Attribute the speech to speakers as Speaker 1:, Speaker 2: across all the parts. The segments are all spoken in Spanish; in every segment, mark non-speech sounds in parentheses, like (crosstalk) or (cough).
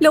Speaker 1: Lo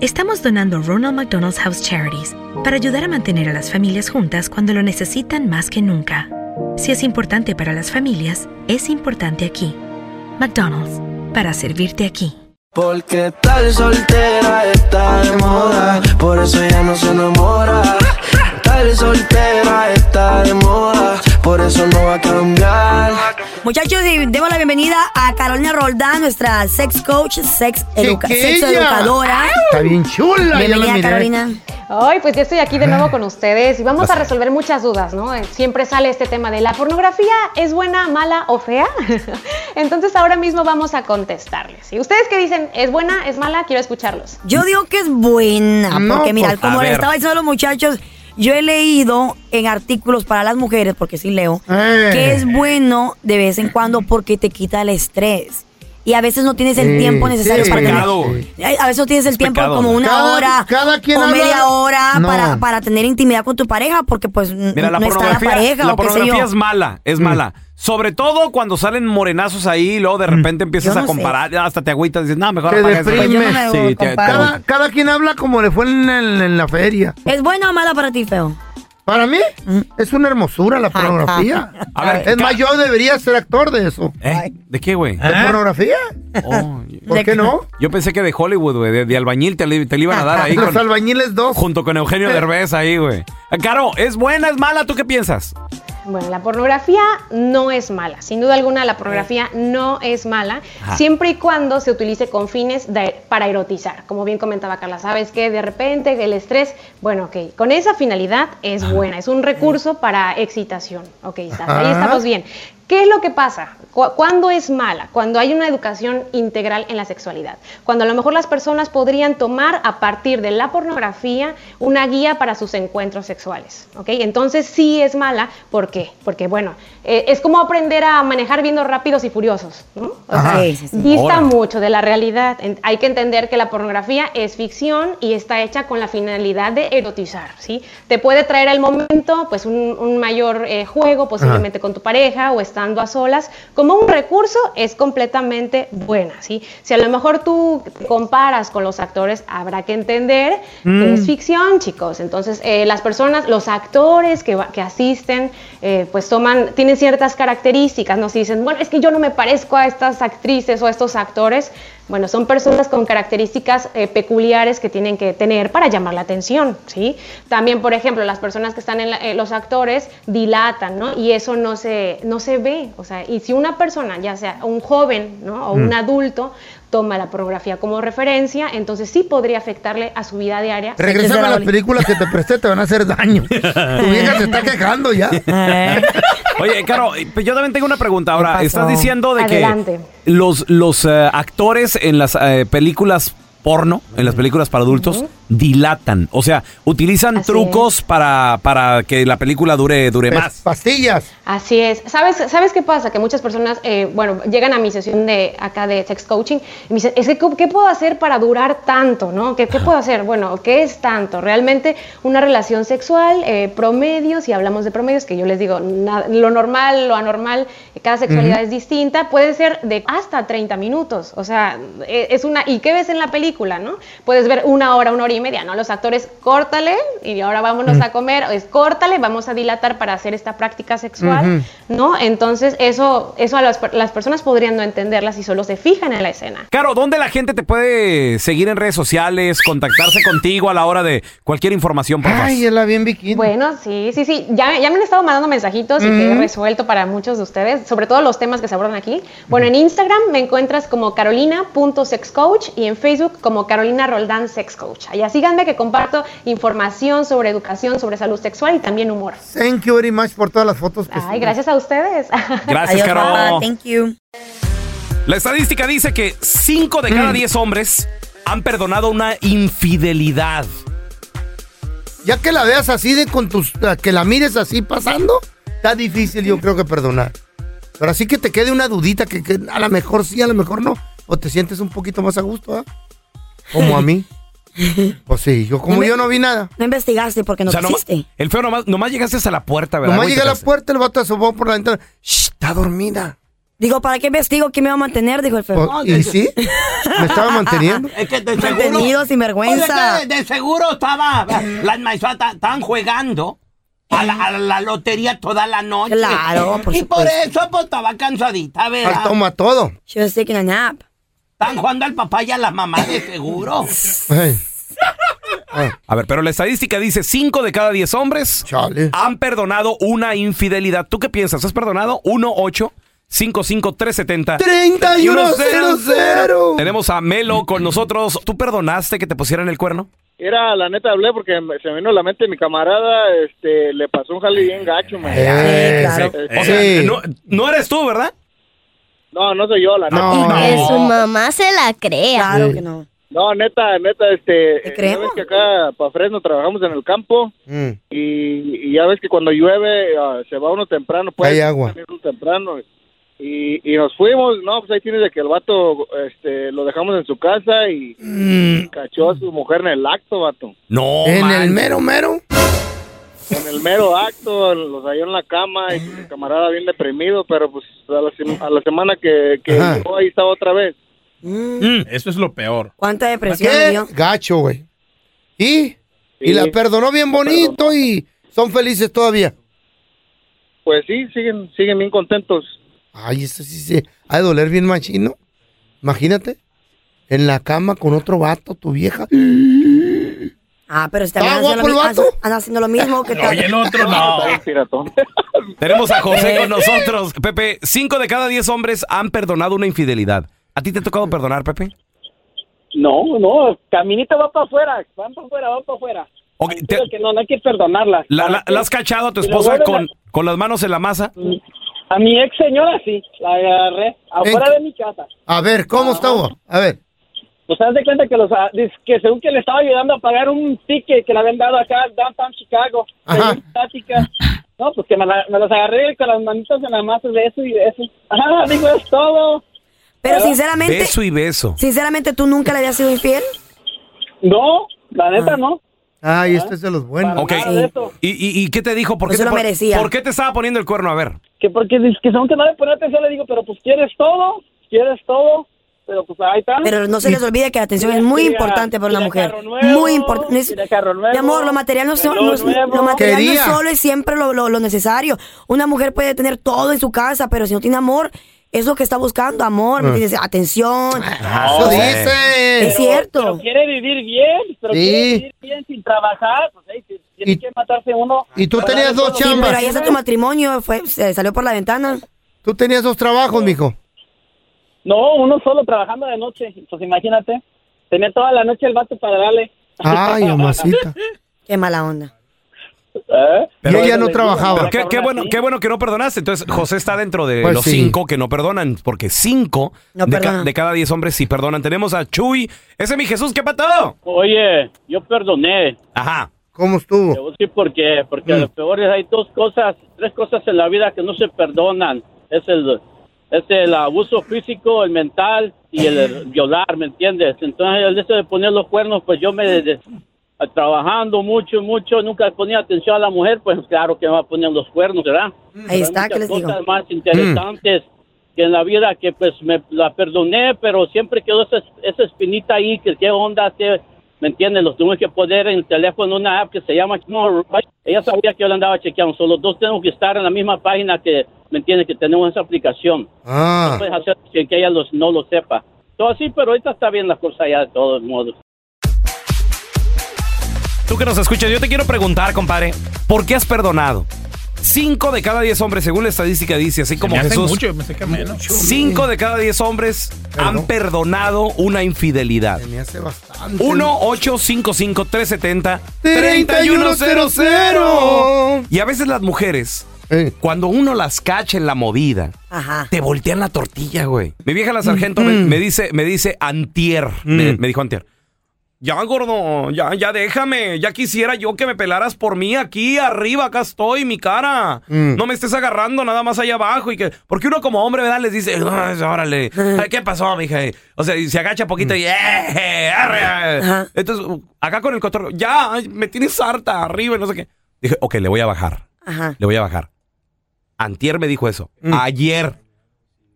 Speaker 2: estamos donando Ronald McDonald's House Charities para ayudar a mantener a las familias juntas cuando lo necesitan más que nunca. Si es importante para las familias, es importante aquí. McDonald's, para servirte aquí.
Speaker 3: Porque tal soltera está de moda, por eso ya no se enamora. Tal soltera está de moda, por eso no va a cambiar.
Speaker 4: Muchachos, y demos la bienvenida a Carolina Roldán, nuestra sex coach, sex, educa sexo educadora.
Speaker 5: Está bien chula.
Speaker 4: Bienvenida, Carolina.
Speaker 6: Ay, pues ya estoy aquí de nuevo con ustedes y vamos a resolver muchas dudas, ¿no? Eh, Siempre sale este tema de la pornografía, ¿es buena, mala o fea? (laughs) Entonces ahora mismo vamos a contestarles. ¿Y ustedes qué dicen? ¿Es buena, es mala? Quiero escucharlos.
Speaker 4: Yo digo que es buena,
Speaker 5: No,
Speaker 4: porque mira,
Speaker 5: pues, a
Speaker 4: como le
Speaker 5: ver.
Speaker 4: estaba diciendo a los muchachos, yo he leído en artículos para las mujeres, porque sí leo,
Speaker 5: Eh.
Speaker 4: que es bueno de vez en cuando porque te quita el estrés. Y a veces no tienes el
Speaker 5: Sí,
Speaker 4: tiempo
Speaker 5: sí,
Speaker 4: necesario
Speaker 5: es
Speaker 4: para tener-
Speaker 5: pecado.
Speaker 4: Ay, A veces no tienes el tiempo
Speaker 7: pecado.
Speaker 4: como una
Speaker 5: Cada-
Speaker 4: hora
Speaker 5: cada quien
Speaker 4: o
Speaker 5: habla-
Speaker 4: media hora
Speaker 5: No.
Speaker 4: para, para tener intimidad con tu pareja, porque pues n-
Speaker 7: Mira, la
Speaker 4: no está la
Speaker 7: pornografía,
Speaker 4: pareja
Speaker 7: la
Speaker 4: o qué Mm. sé
Speaker 7: pornografía
Speaker 4: yo.
Speaker 7: es mala, es mala. Sobre todo cuando salen morenazos ahí y luego de repente
Speaker 4: Mm.
Speaker 7: empiezas
Speaker 4: Yo no
Speaker 7: a comparar, hasta te agüitas y dices, no, mejor
Speaker 5: Te
Speaker 7: apaga eso".
Speaker 5: deprime. Pues yo
Speaker 4: no me
Speaker 7: Sí, te- te
Speaker 4: comparo.
Speaker 7: agüitas.
Speaker 5: Cada, cada quien habla como le fue en, el- en la feria.
Speaker 4: ¿Es buena o mala para ti, feo? Mm.
Speaker 5: Para mí, es una
Speaker 4: (laughs)
Speaker 5: hermosura la pornografía.
Speaker 7: A ver,
Speaker 5: es más, yo debería ser actor de eso.
Speaker 7: ¿Eh? ¿De qué, güey?
Speaker 5: ¿De pornografía?
Speaker 7: Oh, yo-
Speaker 5: ¿Por
Speaker 4: De-
Speaker 5: qué no?
Speaker 7: yo pensé que de Hollywood, güey, de, de albañil te, li- te le iban
Speaker 5: (laughs)
Speaker 7: a dar ahí
Speaker 5: Los
Speaker 7: con-
Speaker 5: albañiles dos.
Speaker 7: junto
Speaker 5: (laughs)
Speaker 7: con Eugenio Derbez ahí, güey. Ah, Caro, ¿es buena, es mala? ¿Tú qué piensas?
Speaker 6: Bueno, la pornografía no es mala. Sin duda alguna, la pornografía no es mala,
Speaker 7: Ajá.
Speaker 6: siempre y cuando se utilice con fines de- para erotizar. Como bien comentaba Carla, sabes que de repente el estrés, bueno, ok, con esa finalidad es buena, es un recurso para excitación. Ok, está- ahí
Speaker 5: Ajá.
Speaker 6: estamos bien. ¿Qué es lo que pasa? Cu- ¿Cuándo es mala? Cuando hay una educación integral en la sexualidad. Cuando a lo mejor las personas podrían tomar a partir de la pornografía una guía para sus encuentros sexuales. ¿ok? Entonces sí es mala. ¿Por qué? Porque bueno, eh, es como aprender a manejar viendo rápidos y furiosos. ¿no? O sea,
Speaker 4: Sí, sí, sí.
Speaker 6: dista
Speaker 7: Órale.
Speaker 6: mucho de la realidad. En- Hay que entender que la pornografía es ficción y está hecha con la finalidad de erotizar, ¿sí? Te puede traer al momento, pues, un, un mayor eh, juego, posiblemente con tu pareja o estando a solas. Como un recurso es completamente buena, ¿sí? Si a lo mejor tú te comparas con los actores, habrá que entender que es ficción, chicos. Entonces, eh, las personas, los actores que, va- que asisten, eh, pues, toman, tienen ciertas características, ¿no? Si dicen, bueno, es que yo no me parezco a estas actrices o a estos actores, bueno, son personas con características eh, peculiares que tienen que tener para llamar la atención, ¿sí? También, por ejemplo, las personas que están en la- eh, los actores dilatan, ¿no? Y eso no se, no se ve, o sea, y si una persona, ya sea un joven, ¿no? O un adulto, toma la pornografía como referencia, entonces sí podría afectarle a su vida diaria.
Speaker 5: Regresa
Speaker 4: Echas
Speaker 5: a
Speaker 4: la
Speaker 5: las
Speaker 4: boli-
Speaker 5: películas que te presté, te van a hacer
Speaker 7: (laughs)
Speaker 5: daño. tu vieja se está quejando ya.
Speaker 4: (laughs) Eh.
Speaker 7: Oye, Caro, eh, yo también tengo una pregunta. Ahora,
Speaker 4: pasó?
Speaker 7: estás diciendo de
Speaker 6: Adelante.
Speaker 7: que los, los eh, actores en las eh, películas porno, en las películas para adultos, dilatan. O sea, utilizan
Speaker 6: Así
Speaker 7: trucos para, para que la película dure, dure
Speaker 5: Pues,
Speaker 7: más.
Speaker 5: pastillas.
Speaker 6: Así es. ¿Sabes, ¿Sabes qué pasa? Que muchas personas, eh, bueno, llegan a mi sesión de acá de sex coaching y me dicen, es que, ¿qué qué puedo hacer para durar tanto? ¿no? ¿Qué, qué puedo hacer? Bueno, ¿qué es tanto? Realmente una relación sexual, eh, promedio, si hablamos de promedios, que yo les digo, na- lo normal, lo anormal, cada sexualidad es distinta, puede ser de hasta 30 minutos. O sea, eh, es una... ¿Y qué ves en la película? ¿no? Puedes ver una hora, una hora y media, ¿no? Los actores, córtale y ahora vámonos a comer, es córtale, vamos a dilatar para hacer esta práctica sexual. ¿no? Entonces, eso, eso a las, per- las personas podrían no entenderlas si solo se fijan en la escena.
Speaker 7: Caro, ¿dónde la gente te puede seguir en redes sociales, contactarse contigo a la hora de cualquier información, por favor?
Speaker 5: Ay, es la bien bikini.
Speaker 6: Bueno, sí, sí, sí. Ya, ya me han estado mandando mensajitos y que he resuelto para muchos de ustedes, sobre todo los temas que se abordan aquí. Bueno, en Instagram me encuentras como carolina.sexcoach y en Facebook como Carolina Roldán Sex Coach. Allá síganme que comparto información sobre educación, sobre salud sexual y también humor.
Speaker 5: Thank you very much por todas las fotos que
Speaker 6: Ay, gracias a ustedes. (laughs)
Speaker 7: Gracias,
Speaker 4: Adiós,
Speaker 7: Caro.
Speaker 4: papá. Thank you.
Speaker 7: La estadística dice que 5 de
Speaker 5: Mm.
Speaker 7: cada 10 hombres han perdonado una infidelidad.
Speaker 5: Ya que la veas así de con tus. que la mires así pasando, está difícil, yo creo que perdonar. Pero así que te quede una dudita que, que a lo mejor sí, a lo mejor no. O te sientes un poquito más a gusto, ¿ah? Como a mí. Pues sí, yo como yo no vi nada.
Speaker 4: No investigaste porque no
Speaker 7: o sea, nomás-
Speaker 4: quisiste.
Speaker 7: el feo nomás, nomás llegaste hasta la puerta, ¿verdad?
Speaker 5: Nomás
Speaker 7: güey?
Speaker 5: llegué a
Speaker 7: Te
Speaker 5: la
Speaker 7: quedaste.
Speaker 5: puerta, el vato asomó por la ventana. Shh, está dormida.
Speaker 4: Digo, ¿para qué investigo? ¿Quién me va a mantener? Dijo el
Speaker 5: Pues,
Speaker 4: feo.
Speaker 5: ¿Y sí?
Speaker 4: (laughs)
Speaker 5: Me estaba manteniendo.
Speaker 8: Es que de
Speaker 4: Mantenido, sin vergüenza.
Speaker 8: Oye, que de, de seguro estaba. Las maizuatas estaban jugando a la, a la lotería toda la noche.
Speaker 4: Claro, por
Speaker 8: Y por
Speaker 4: supuesto.
Speaker 8: eso pues estaba cansadita,
Speaker 5: Ah,
Speaker 8: ¿verdad?
Speaker 5: toma todo.
Speaker 4: She was taking a nap.
Speaker 8: Están jugando al papá y a la mamá de seguro.
Speaker 7: (laughs)
Speaker 5: Ay, Ah.
Speaker 7: A ver, pero la estadística dice 5 de cada 10 hombres
Speaker 5: chale.
Speaker 7: han perdonado una infidelidad. ¿Tú qué piensas? ¿Has perdonado? 1 8 55 370
Speaker 5: 3100.
Speaker 7: Tenemos a Melo con nosotros. ¿Tú perdonaste que te pusieran el cuerno?
Speaker 9: Era, la neta hablé porque me- se me vino a la mente mi camarada, este, le pasó un jale bien gacho, man.
Speaker 5: Eh,
Speaker 4: Sí, claro.
Speaker 7: O sea,
Speaker 5: Sí.
Speaker 7: no, no eres tú, ¿verdad?
Speaker 9: No, no soy yo, la neta.
Speaker 5: No,
Speaker 3: su mamá se la crea.
Speaker 4: Claro que no.
Speaker 9: No, neta, neta, este,
Speaker 4: ¿Te
Speaker 9: eh, ya
Speaker 4: creemos?
Speaker 9: ves que acá para Fresno trabajamos en el campo
Speaker 5: Mm.
Speaker 9: y, y ya ves que cuando llueve ah, se va uno temprano, pues.
Speaker 5: Hay agua.
Speaker 9: salir uno temprano. Y, y nos fuimos, no, pues ahí tienes de que el vato, este, lo dejamos en su casa y
Speaker 10: Mm.
Speaker 9: cachó a su mujer en el acto, vato.
Speaker 10: Oh,
Speaker 7: No.
Speaker 5: en
Speaker 7: man.
Speaker 5: el mero mero.
Speaker 9: En el mero acto, los halló en la cama y el camarada bien deprimido, pero pues a la, sem- a la semana que, que
Speaker 5: Ajá.
Speaker 9: llegó ahí estaba otra vez.
Speaker 5: Mm.
Speaker 8: Eso es lo peor.
Speaker 4: ¿Cuánta depresión le
Speaker 5: Qué
Speaker 4: dio?
Speaker 5: gacho, güey. Y y
Speaker 9: Sí.
Speaker 5: la perdonó bien bonito y son felices todavía.
Speaker 9: Pues sí, siguen siguen bien contentos.
Speaker 5: Ay, eso sí se ha de doler bien machino. Imagínate en la cama con otro vato, tu vieja.
Speaker 4: Ah, pero si
Speaker 5: ¿Está
Speaker 4: también andan
Speaker 5: guapo
Speaker 4: haciendo, lo
Speaker 5: el
Speaker 4: mi-
Speaker 5: vato?
Speaker 4: andan haciendo lo mismo que tal. (laughs)
Speaker 8: otro no.
Speaker 9: Está bien piratón.
Speaker 7: (laughs) Tenemos a José
Speaker 5: Eh.
Speaker 7: con nosotros. Pepe, 5 de cada 10 hombres han perdonado una infidelidad. ¿A ti te ha tocado perdonar, Pepe?
Speaker 9: No, no, caminito va para afuera, van para afuera, van para afuera.
Speaker 7: Ok, te-
Speaker 9: Creo que no, no hay que perdonarlas.
Speaker 7: la, la-
Speaker 9: Para
Speaker 7: la has
Speaker 9: que-
Speaker 7: cachado a tu
Speaker 9: Y lo
Speaker 7: esposa
Speaker 9: vuelven
Speaker 7: con, con las manos en la masa?
Speaker 9: A mi ex señora sí, Ah. la agarré afuera
Speaker 7: Eh.
Speaker 5: ¿En-
Speaker 9: de mi casa.
Speaker 5: A ver, ¿cómo estaba? A ver.
Speaker 9: Pues haz de cuenta que los ah, dice que según que le estaba ayudando a pagar un ticket que le habían dado acá al Downtown Chicago,
Speaker 5: Ajá.
Speaker 9: según táctica. No, pues que me, la- me los agarré con las manitas en la masa de eso y de eso. Ah, digo, es todo.
Speaker 4: Pero sinceramente,
Speaker 7: Beso y beso.
Speaker 4: sinceramente, ¿tú nunca le habías sido infiel?
Speaker 9: No, la neta
Speaker 4: Ah.
Speaker 9: no.
Speaker 5: Ay, este es de los buenos.
Speaker 7: Ok.
Speaker 9: Nada de eso.
Speaker 7: ¿Y, y, y qué te dijo? ¿Por
Speaker 4: No Pues
Speaker 7: qué
Speaker 4: se
Speaker 7: te,
Speaker 4: lo
Speaker 7: pon-
Speaker 4: merecía.
Speaker 7: ¿Por qué te estaba poniendo el cuerno? A ver.
Speaker 9: Que porque dice que según que no le ponía atención, le digo, pero pues quieres todo, quieres todo. Pero pues ahí está. Este,
Speaker 4: Pero no se les olvide que la atención es
Speaker 9: Mira,
Speaker 4: muy
Speaker 9: mira,
Speaker 4: importante para una
Speaker 9: mira
Speaker 4: mujer.
Speaker 9: carro nuevo,
Speaker 4: muy importante.
Speaker 9: mira carro nuevo,
Speaker 4: Mi amor, lo material no, es-
Speaker 9: reloj
Speaker 4: no es-
Speaker 9: nuevo.
Speaker 4: lo material no es
Speaker 5: Quería.
Speaker 4: solo es siempre lo, lo- lo necesario. Una mujer puede tener todo en su casa, pero si no tiene amor, es lo que está buscando, amor, ¿me entiendes? atención.
Speaker 5: Ah. Eso dice.
Speaker 4: es cierto.
Speaker 9: Pero quiere vivir bien, pero
Speaker 5: Sí.
Speaker 9: quiere vivir bien sin trabajar. Pues ahí sí, tiene
Speaker 5: Y-
Speaker 9: que matarse uno.
Speaker 5: y tú
Speaker 9: para
Speaker 5: tenías
Speaker 9: dar
Speaker 5: dos
Speaker 9: todo.
Speaker 4: Sí,
Speaker 5: chambas.
Speaker 4: pero ahí está tu matrimonio, fue, se salió por la ventana.
Speaker 5: Tú tenías dos trabajos, mijo.
Speaker 9: No, uno solo trabajando de noche. Pues imagínate. Tenía toda la noche el vato para darle.
Speaker 5: Ay, mamacita.
Speaker 4: Qué mala onda.
Speaker 9: ¿Eh?
Speaker 7: Pero-
Speaker 5: ella no trabajaba. Mm.
Speaker 7: Pero qué, qué bueno, qué bueno que no perdonaste. Entonces, José está dentro de
Speaker 5: Pues
Speaker 7: los
Speaker 5: sí.
Speaker 7: cinco que no perdonan, porque cinco
Speaker 11: No
Speaker 7: de, ca-
Speaker 11: perdonan.
Speaker 7: de cada diez hombres sí perdonan. Tenemos a Chuy. Ese es mi Jesús, ¿qué patado?
Speaker 11: Oye, yo perdoné.
Speaker 7: Ajá.
Speaker 5: ¿Cómo
Speaker 11: Te voy a decir por qué. Porque lo peor es hay dos cosas, tres cosas en la vida que no se perdonan. Es el, es el abuso físico, el mental y el, violar, ¿me entiendes? Entonces, el hecho de poner los cuernos, pues yo me... de- trabajando mucho, mucho, nunca ponía atención a la mujer, pues claro que me va a poner los cuernos, ¿verdad?
Speaker 4: Ahí está,
Speaker 11: Hay
Speaker 4: ¿qué les
Speaker 11: muchas
Speaker 4: digo?
Speaker 11: cosas más interesantes que en la vida que pues me la perdoné, pero siempre quedó esa, esa espinita ahí, que qué onda, qué- ¿me entiendes? Los tuve que poner en el teléfono una app que se llama Ignore. Ella sabía que yo la andaba chequeando, solo los dos tenemos que estar en la misma página que, ¿me entiendes? Que tenemos esa aplicación.
Speaker 5: Ah.
Speaker 3: Ah.
Speaker 11: No puedes hacer sin que ella los, no lo sepa. Todo así, pero ahorita está bien la cosa ya de todos modos.
Speaker 7: Tú que nos escuchas, yo te quiero preguntar, compadre, ¿por qué has perdonado? Cinco de cada diez hombres, según la estadística dice, así como
Speaker 12: me hace
Speaker 7: Jesús.
Speaker 12: mucho, yo pensé que menos.
Speaker 7: Cinco de cada diez hombres han perdonado una infidelidad.
Speaker 5: Me hace bastante.
Speaker 7: 1-855-370-3100. Y a veces las mujeres, cuando uno las cacha en la movida,
Speaker 4: (laughs) Ajá.
Speaker 7: te voltean la tortilla, güey. Mi vieja la sargento
Speaker 5: Mm.
Speaker 7: me, me dice, me dice antier, me, me dijo antier. Ya, gordo, ya, ya déjame. Ya quisiera yo que me pelaras por mí aquí arriba, acá estoy, mi cara.
Speaker 12: Mm.
Speaker 7: No me estés agarrando nada más allá abajo y que. Porque uno como hombre, ¿verdad? Les dice, "Ay, órale, Ay, ¿qué pasó, mija? O sea, y se agacha
Speaker 5: Mm.
Speaker 7: poquito y. "Eh, eh, arre, arre". Entonces, acá con el cotorreo, ya, ay, me tienes harta arriba y no sé qué. Dije, ok, le voy a bajar.
Speaker 4: Ajá.
Speaker 7: Le voy a bajar. Antier me dijo eso.
Speaker 8: Mm.
Speaker 7: Ayer.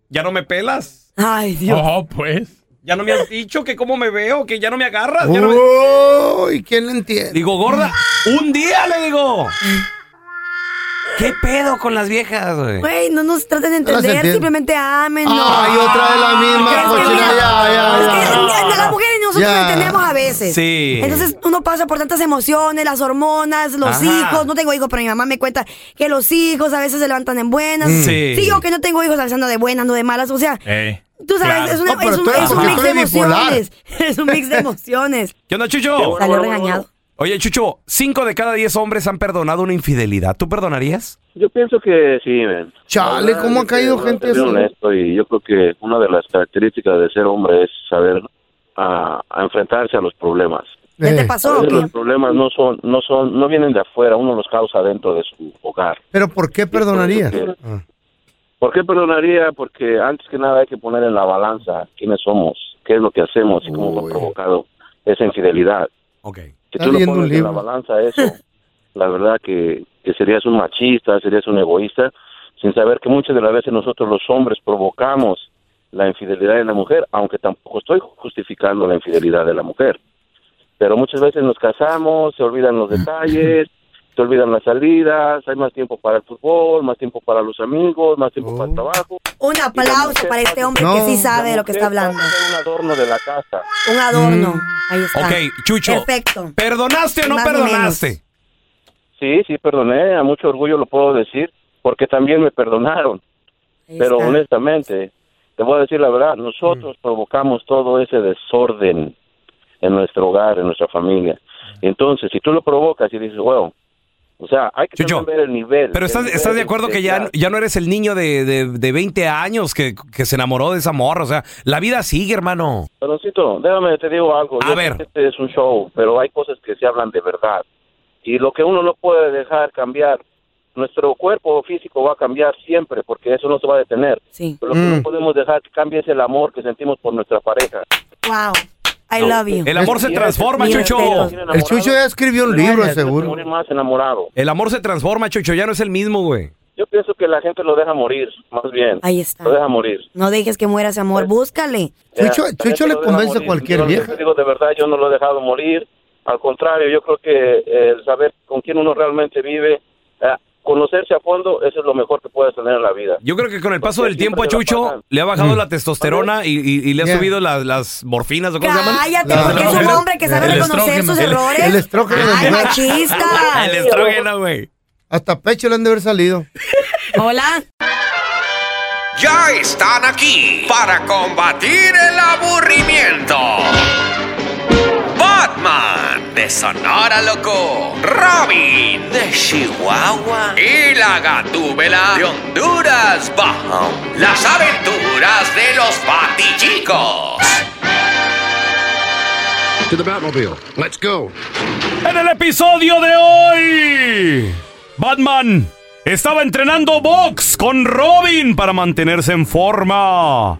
Speaker 7: ¿Ya no me pelas?
Speaker 4: Ay,
Speaker 7: Dios.
Speaker 12: Oh, pues.
Speaker 7: ¿Ya no me has dicho que cómo me veo? ¿Que ya no me agarras? ¿Ya no me-
Speaker 5: Uy, ¿quién le entiende?
Speaker 7: Digo, gorda, un día le digo. ¿Qué pedo con las viejas, güey?
Speaker 4: Güey, no nos traten de
Speaker 7: las
Speaker 4: entender,
Speaker 7: entiendo.
Speaker 4: simplemente amen.
Speaker 5: Ay, otra de la misma cochinada, ya, ya, ya.
Speaker 4: Entiende, las mujeres y nosotros
Speaker 5: Ya.
Speaker 4: lo entendemos a veces.
Speaker 5: Sí.
Speaker 4: Entonces uno pasa por tantas emociones, las hormonas, los
Speaker 5: Ajá.
Speaker 4: hijos. No tengo hijos, pero mi mamá me cuenta que los hijos a veces se levantan en buenas.
Speaker 12: Sí.
Speaker 4: yo que no tengo hijos, a veces ando de buenas, no de malas. O sea,
Speaker 12: Ey.
Speaker 4: tú sabes,
Speaker 12: Claro.
Speaker 4: es, una-
Speaker 12: No, pero
Speaker 4: es un,
Speaker 12: tú eres-
Speaker 4: es un
Speaker 12: porque
Speaker 4: mix
Speaker 12: tú
Speaker 4: de
Speaker 12: eres bipolar.
Speaker 4: emociones. (laughs) Es un mix de emociones.
Speaker 7: ¿Qué onda, Chucho?
Speaker 4: Salió regañado.
Speaker 7: Oye, Chucho, cinco de cada diez hombres han perdonado una infidelidad. ¿Tú perdonarías?
Speaker 13: Yo pienso que sí, man.
Speaker 5: Chale, ¿cómo ha caído gente
Speaker 13: Ser
Speaker 5: así?
Speaker 13: honesto y yo creo que una de las características de ser hombre es saber ah, a enfrentarse a los problemas.
Speaker 4: ¿Qué
Speaker 5: Eh.
Speaker 4: te pasó?
Speaker 13: A
Speaker 4: o
Speaker 13: veces
Speaker 4: qué?
Speaker 13: Los problemas no son, no son, no vienen de afuera, uno los causa dentro de su hogar.
Speaker 5: ¿Pero por qué perdonarías?
Speaker 14: Pues,
Speaker 5: Ah.
Speaker 13: ¿Por qué perdonaría? Porque antes que nada hay que poner en la balanza quiénes somos, qué es lo que hacemos y cómo hemos provocado esa infidelidad. Si
Speaker 5: Está
Speaker 13: tú lo
Speaker 5: leyendo un
Speaker 13: pones en la
Speaker 5: libro. (laughs)
Speaker 13: balanza eso, la verdad que, que serías un machista, serías un egoísta, sin saber que muchas de las veces nosotros los hombres provocamos la infidelidad de la mujer, aunque tampoco estoy justificando la infidelidad de la mujer. Pero muchas veces nos casamos, se olvidan
Speaker 7: (laughs)
Speaker 13: los detalles, se olvidan las salidas, hay más tiempo para el fútbol, más tiempo para los amigos, más tiempo para el
Speaker 7: Oh.
Speaker 13: trabajo.
Speaker 4: Un aplauso para este hombre
Speaker 13: No.
Speaker 4: que sí sabe de lo que está hablando.
Speaker 13: Un adorno de la casa.
Speaker 4: Un adorno.
Speaker 13: Mm.
Speaker 4: Ahí está.
Speaker 7: Ok, Chucho.
Speaker 4: Perfecto.
Speaker 7: ¿Perdonaste o no
Speaker 4: Más ni
Speaker 7: perdonaste?
Speaker 13: Sí, sí, perdoné, a mucho orgullo lo puedo decir, porque también me perdonaron. Pero
Speaker 15: está.
Speaker 13: honestamente, te voy a decir la verdad, nosotros provocamos todo ese desorden en nuestro hogar, en nuestra familia. Entonces, si tú lo provocas y dices, wow, o sea, hay que
Speaker 7: Chucho,
Speaker 13: también ver el nivel.
Speaker 7: Pero estás,
Speaker 13: el nivel
Speaker 7: estás de acuerdo que ya,
Speaker 13: integral.
Speaker 7: ya no eres el niño de, de, de 20 años que, que se enamoró de esa morra. O sea, la vida sigue, hermano.
Speaker 13: Peroncito, déjame, te digo algo.
Speaker 7: A
Speaker 13: Yo sé
Speaker 7: ver.
Speaker 13: que Este es un show, pero hay cosas que se hablan de verdad. Y lo que uno no puede dejar cambiar, nuestro cuerpo físico va a cambiar siempre, porque eso no se va a detener. Pero lo que
Speaker 4: Mm.
Speaker 13: no podemos dejar que cambie es el amor que sentimos por nuestra pareja.
Speaker 4: Wow. I
Speaker 13: No.
Speaker 4: love you.
Speaker 7: El amor se
Speaker 13: Mira,
Speaker 7: transforma,
Speaker 13: mira,
Speaker 7: Chucho.
Speaker 13: mira, El Chucho
Speaker 5: ya escribió un libro, seguro.
Speaker 13: Morir este, más enamorado.
Speaker 7: El amor se transforma, Chucho. Ya no es el mismo, güey.
Speaker 13: Yo pienso que la gente lo deja morir, más bien.
Speaker 4: Ahí está.
Speaker 13: Lo deja morir.
Speaker 4: No dejes que muera ese amor, búscale.
Speaker 13: Ya, la gente lo deja morir. Yo te digo de verdad, yo no lo he dejado morir. Al contrario, yo creo que eh, el saber con quién uno realmente vive, eh, conocerse a fondo, eso es lo mejor que puedes tener en la vida.
Speaker 7: Yo creo que con el paso del tiempo a
Speaker 13: siempre se la
Speaker 7: Chucho
Speaker 13: pasan.
Speaker 7: le ha
Speaker 5: Mm.
Speaker 7: bajado la testosterona y, y- y le ha subido las, las morfinas o cómo se llaman.
Speaker 4: Cállate,
Speaker 7: Las-
Speaker 4: porque
Speaker 7: las
Speaker 4: es un
Speaker 7: mujeres.
Speaker 4: hombre que sabe
Speaker 7: El
Speaker 4: reconocer
Speaker 7: estrógeno.
Speaker 4: sus
Speaker 7: El-
Speaker 4: errores.
Speaker 5: El estrógeno.
Speaker 4: Ay, machista.
Speaker 7: El estrógeno, güey.
Speaker 5: Hasta pecho le han de haber salido.
Speaker 4: Hola.
Speaker 14: Ya están aquí para combatir el aburrimiento. Batman
Speaker 10: Batman de Sonora Loco, Robin de Chihuahua y la Gatúbela de Honduras Bajo. Las aventuras de los Batichicos.
Speaker 16: To the Batmobile. Let's go.
Speaker 7: En el episodio de hoy, Batman estaba entrenando box con Robin para mantenerse en forma.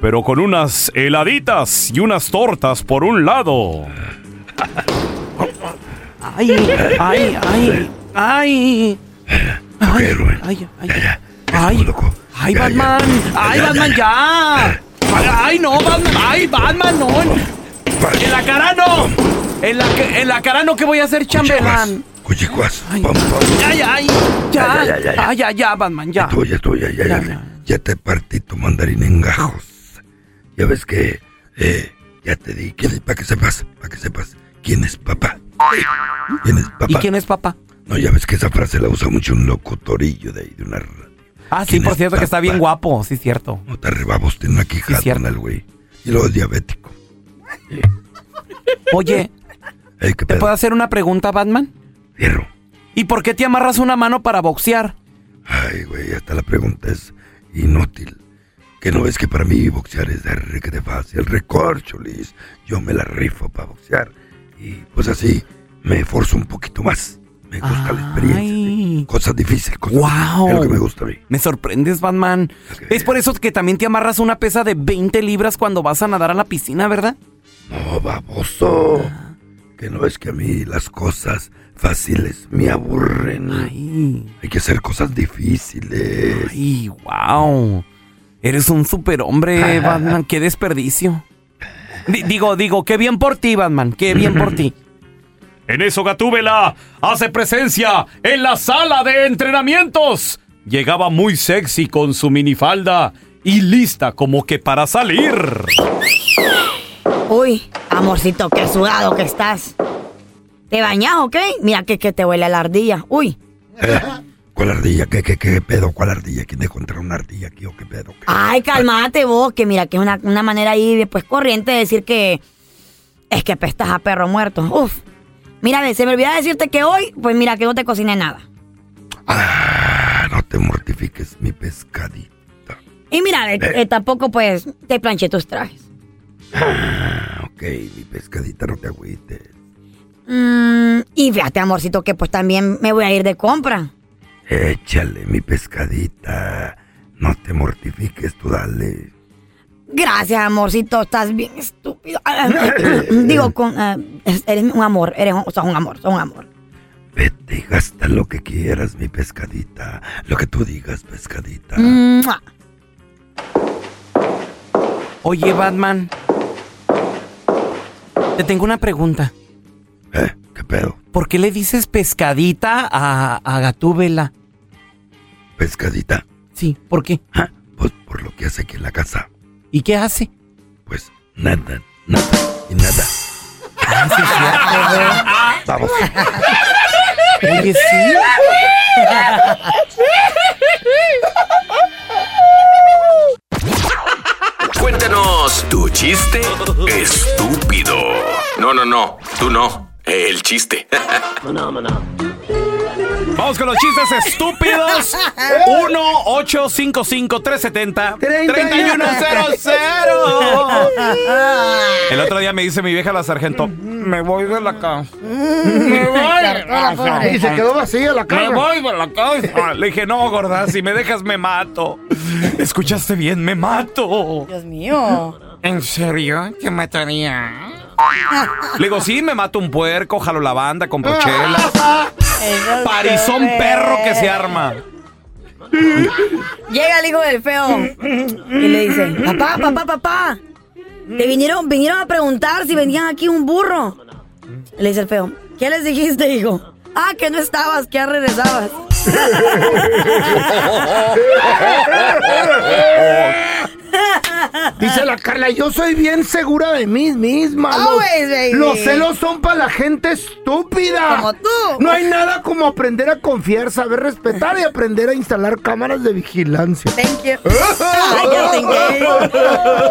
Speaker 7: Pero con unas heladitas y unas tortas por un lado.
Speaker 8: Ay, ay, ay, ay. Ay, ay, ay. Ay, ay, Batman. Ay, Batman, ya. Ay, no, Batman. Ay, Batman, no. En la cara no. En la, que- en la cara no que voy a hacer chambelán.
Speaker 16: Cuchicuas.
Speaker 8: Ay, ay, ay. Ya, ya, ya, ya, Batman, ya.
Speaker 16: Tú, ya, tú, ya, ya, ya, ya te partí tu mandarín en gajos. Ya ves que, eh, ya te di, para que sepas, para que sepas, quién es papá. ¿Quién es papá?
Speaker 8: ¿Y quién es papá?
Speaker 16: No, ya ves que esa frase la usa mucho un locutorillo de ahí, de una r-
Speaker 8: Ah, sí, por cierto, que está bien guapo, sí, cierto.
Speaker 16: puta rebabos, tiene una quijada, el güey. Y luego es diabético.
Speaker 8: Oye, ¿te puedo hacer una pregunta, Batman?
Speaker 16: Fierro.
Speaker 8: ¿Y por qué te amarras una mano para boxear?
Speaker 16: Ay, güey, hasta la pregunta es inútil. Que no ves que para mí boxear es de requete fácil, recorcholis. Yo me la rifo para boxear. Y pues así me esforzo un poquito más. Me gusta la experiencia. sí. Cosas difíciles, cosas
Speaker 8: Wow.
Speaker 16: Es lo que me gusta a mí.
Speaker 8: Me sorprendes, Batman. Es por eso que también te amarras una pesa de 20 libras cuando vas a nadar a la piscina, ¿verdad?
Speaker 16: No, baboso. Que no es que a mí las cosas fáciles me aburren. Hay que hacer cosas difíciles.
Speaker 8: Ay, wow. Eres un
Speaker 7: (laughs)
Speaker 8: superhombre, Batman. Qué desperdicio. Di- digo, digo, qué bien por ti, Batman. Qué bien por ti.
Speaker 7: (laughs) En eso Gatúbela hace presencia en la sala de entrenamientos. Llegaba muy sexy con su minifalda y lista como que para salir.
Speaker 4: Uy, amorcito, qué sudado que estás. ¿Te bañas o qué? Mira que, que te huele a la ardilla. Uy.
Speaker 16: ¿Cuál ardilla? ¿Qué, qué, qué pedo? ¿Cuál ardilla? ¿Quién dejó entrar una ardilla aquí o qué pedo?
Speaker 4: Ay, cálmate vos, que mira que es una, una manera ahí pues corriente de decir que es que pestas a perro muerto. Uf. Mira, ve, se me olvidaba decirte que hoy, pues mira que no te cociné nada.
Speaker 16: Ah, no te mortifiques, mi pescadito.
Speaker 4: Y mira, ve, eh, tampoco pues te planché tus trajes.
Speaker 16: Ah, ok, mi pescadita, no te agüites.
Speaker 4: Mm, y fíjate, amorcito, que pues también me voy a ir de compra.
Speaker 16: Échale, mi pescadita. No te mortifiques, tú dale.
Speaker 4: Gracias, amorcito, estás bien estúpido. Ah, ah, Digo, con, ah, es- eres un amor, eres un, sos un amor, sos un amor.
Speaker 16: Vete y gasta lo que quieras, mi pescadita. Lo que tú digas, pescadita.
Speaker 4: Mua.
Speaker 8: Oye, Batman. Te tengo una pregunta.
Speaker 16: ¿Eh? ¿Qué pedo?
Speaker 8: ¿Por qué le dices pescadita a, a Gatúbela?
Speaker 16: ¿Pescadita?
Speaker 8: Sí, ¿por qué? ¿Ah?
Speaker 16: Por lo que hace aquí en la casa.
Speaker 8: ¿Y qué hace?
Speaker 16: Pues nada, nada y nada. Vamos.
Speaker 8: Oye, sí.
Speaker 10: Cuéntanos tu chiste estúpido. No, no, no, tú no. El chiste. no, no, no.
Speaker 7: Vamos con los chistes
Speaker 3: (laughs)
Speaker 7: estúpidos. 1-855-370-3100. El otro día me dice mi vieja la sargento, me voy de la casa. Me voy.
Speaker 3: Y se quedó vacía la
Speaker 7: Me
Speaker 3: casa.
Speaker 7: voy de la casa. Le dije, no, gorda, si me dejas me mato. Escuchaste bien, me mato.
Speaker 17: Dios mío.
Speaker 7: ¿En serio? ¿Te mataría? Le digo, sí, me mato un puerco, jalo la banda, compro
Speaker 3: (laughs)
Speaker 7: chelas. Parizón perro que se arma.
Speaker 4: Llega el hijo del feo y le dice, papá, papá, papá, te vinieron, vinieron a preguntar si venían aquí un burro. Le dice el feo, ¿qué les dijiste, hijo? Ah, que no estabas, que ya regresabas. Ah.
Speaker 5: Dice la Carla, yo soy bien segura de mí misma.
Speaker 4: Always,
Speaker 5: los,
Speaker 4: baby.
Speaker 5: los celos son para la gente estúpida.
Speaker 4: Como tú.
Speaker 5: No hay nada como aprender a confiar, saber respetar y aprender a instalar cámaras de vigilancia.
Speaker 4: Thank you. Ay, just in case.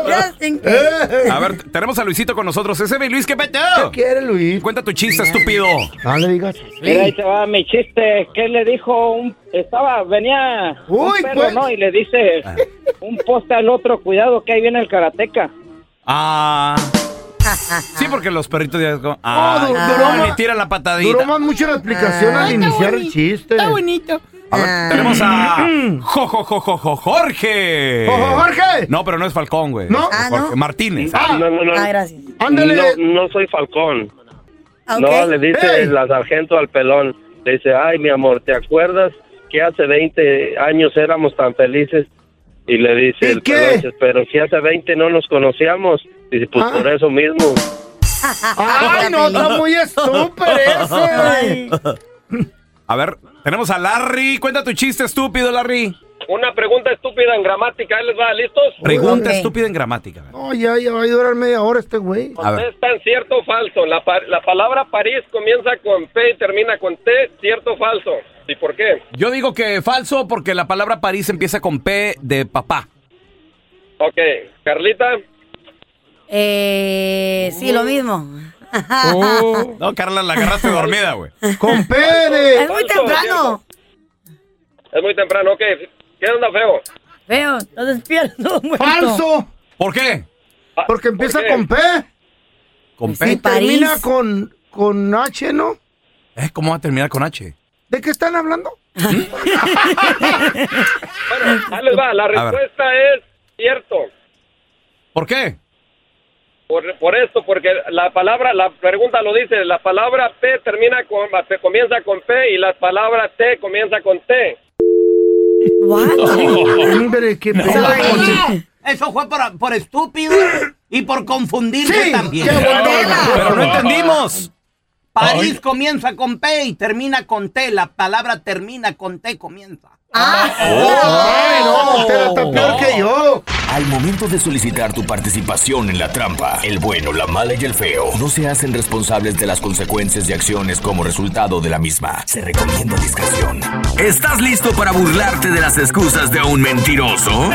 Speaker 4: Just
Speaker 5: Eh.
Speaker 4: in case.
Speaker 7: A ver, t- tenemos a Luisito con nosotros. Ese mi Luis, ¿qué pedo?
Speaker 5: ¿Qué quiere Luis?
Speaker 7: Cuenta tu chiste, estúpido.
Speaker 5: No le digas.
Speaker 3: Mira, ahí te va mi chiste. ¿Qué le dijo un... Estaba, venía un
Speaker 5: Uy,
Speaker 3: perro,
Speaker 5: pues.
Speaker 3: ¿no? Y le dice un poste al otro, cuidado que ahí viene el karateca.
Speaker 7: Ah. Sí, porque los perritos ya. es como,
Speaker 5: Oh, du-
Speaker 7: ah,
Speaker 5: duró
Speaker 7: ni
Speaker 5: más-
Speaker 7: tiran la patadita.
Speaker 5: Duró más mucho la explicación
Speaker 7: Ah.
Speaker 5: al
Speaker 7: Ay, está
Speaker 5: iniciar el
Speaker 7: bonito, Ah.
Speaker 5: chiste. Está
Speaker 8: bonito.
Speaker 7: Tenemos a Jo- Jo- Jo- Jo- Jo- Jorge.
Speaker 5: Jo- Jo- Jorge.
Speaker 7: No, pero no es Falcón, güey.
Speaker 5: ¿No?
Speaker 4: Ah,
Speaker 7: Jorge Martínez.
Speaker 15: no, no, no.
Speaker 4: Ah, gracias.
Speaker 15: No, no soy Falcón.
Speaker 4: Ah, ok.
Speaker 15: No, le dice la sargento al pelón. Le dice, ay, mi amor, ¿te acuerdas que hace 20 años éramos tan felices? Y le dice el pelón, dice, pero si hace 20 no nos conocíamos. Dice, pues por eso mismo.
Speaker 4: Ah,
Speaker 5: Ay, no, está muy estúpido ese.
Speaker 7: A ver, tenemos a Larry. Cuenta tu chiste, estúpido, Larry.
Speaker 18: Una pregunta estúpida en gramática, ahí les va, ¿listos?
Speaker 7: Pregunta estúpida en gramática.
Speaker 5: No, ya, ya va a durar media hora este güey.
Speaker 7: A ver.
Speaker 18: ¿Contestan cierto o falso? La, pa- la palabra París comienza con P y termina con T, ¿cierto o falso? ¿Y por qué?
Speaker 7: Yo digo que falso porque la palabra París empieza con P de papá.
Speaker 18: Ok, Carlita,
Speaker 4: Eh, sí,
Speaker 7: Uh.
Speaker 4: lo mismo. (laughs)
Speaker 7: (laughs) No, Carla, la agarraste dormida, güey.
Speaker 5: Con P
Speaker 4: Es muy temprano.
Speaker 18: es muy temprano, ok. ¿Qué onda, feo?
Speaker 4: Veo, lo despierto. muerto.
Speaker 5: ¡Falso!
Speaker 7: ¿Por qué?
Speaker 5: Porque empieza
Speaker 18: qué?
Speaker 5: con P.
Speaker 7: Con
Speaker 5: Y termina con, con H, ¿no?
Speaker 7: Eh, ¿Cómo va a terminar con H?
Speaker 5: ¿De qué están hablando?
Speaker 7: ¿Mm?
Speaker 18: Bueno, ahí les va, Ah, la
Speaker 7: ver.
Speaker 18: respuesta es cierto.
Speaker 7: ¿Por qué?
Speaker 18: Por, por esto, porque la palabra, la pregunta lo dice, la palabra P termina con, se comienza con P y la palabra T comienza con T.
Speaker 8: (laughs)
Speaker 5: Hombre, qué
Speaker 8: Eso, fue por, por estúpido y por confundirse también.
Speaker 5: qué bueno.
Speaker 7: Pero no entendimos.
Speaker 8: París comienza con P y termina con T. La palabra termina con T, comienza.
Speaker 5: Ah. ¡Ay, no! Usted está peor que yo.
Speaker 10: Al momento de solicitar tu participación en la trampa, el bueno, la mala y el feo no se hacen responsables de las consecuencias y acciones como resultado de la misma. Se recomienda discreción. ¿Estás listo para burlarte de las excusas de un mentiroso?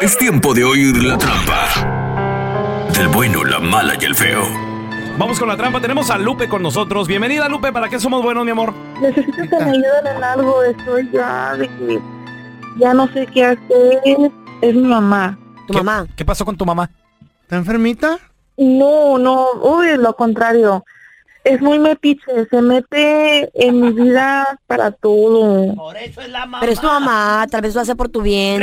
Speaker 10: Es tiempo de oír la trampa. Del bueno, la mala y el feo.
Speaker 7: Vamos con la trampa. Tenemos a Lupe con nosotros. Bienvenida, Lupe. ¿Para qué somos buenos, mi amor?
Speaker 19: Necesito que me ayuden en algo, estoy ya de que ya no sé qué hacer. Es mi mamá.
Speaker 7: ¿Tu mamá? ¿Qué pasó con tu mamá?
Speaker 5: ¿Está enfermita?
Speaker 19: No, no, uy, lo contrario. Es muy metiche, se mete en mi vida para todo.
Speaker 4: Pero es tu mamá, tal vez lo hace por tu bien.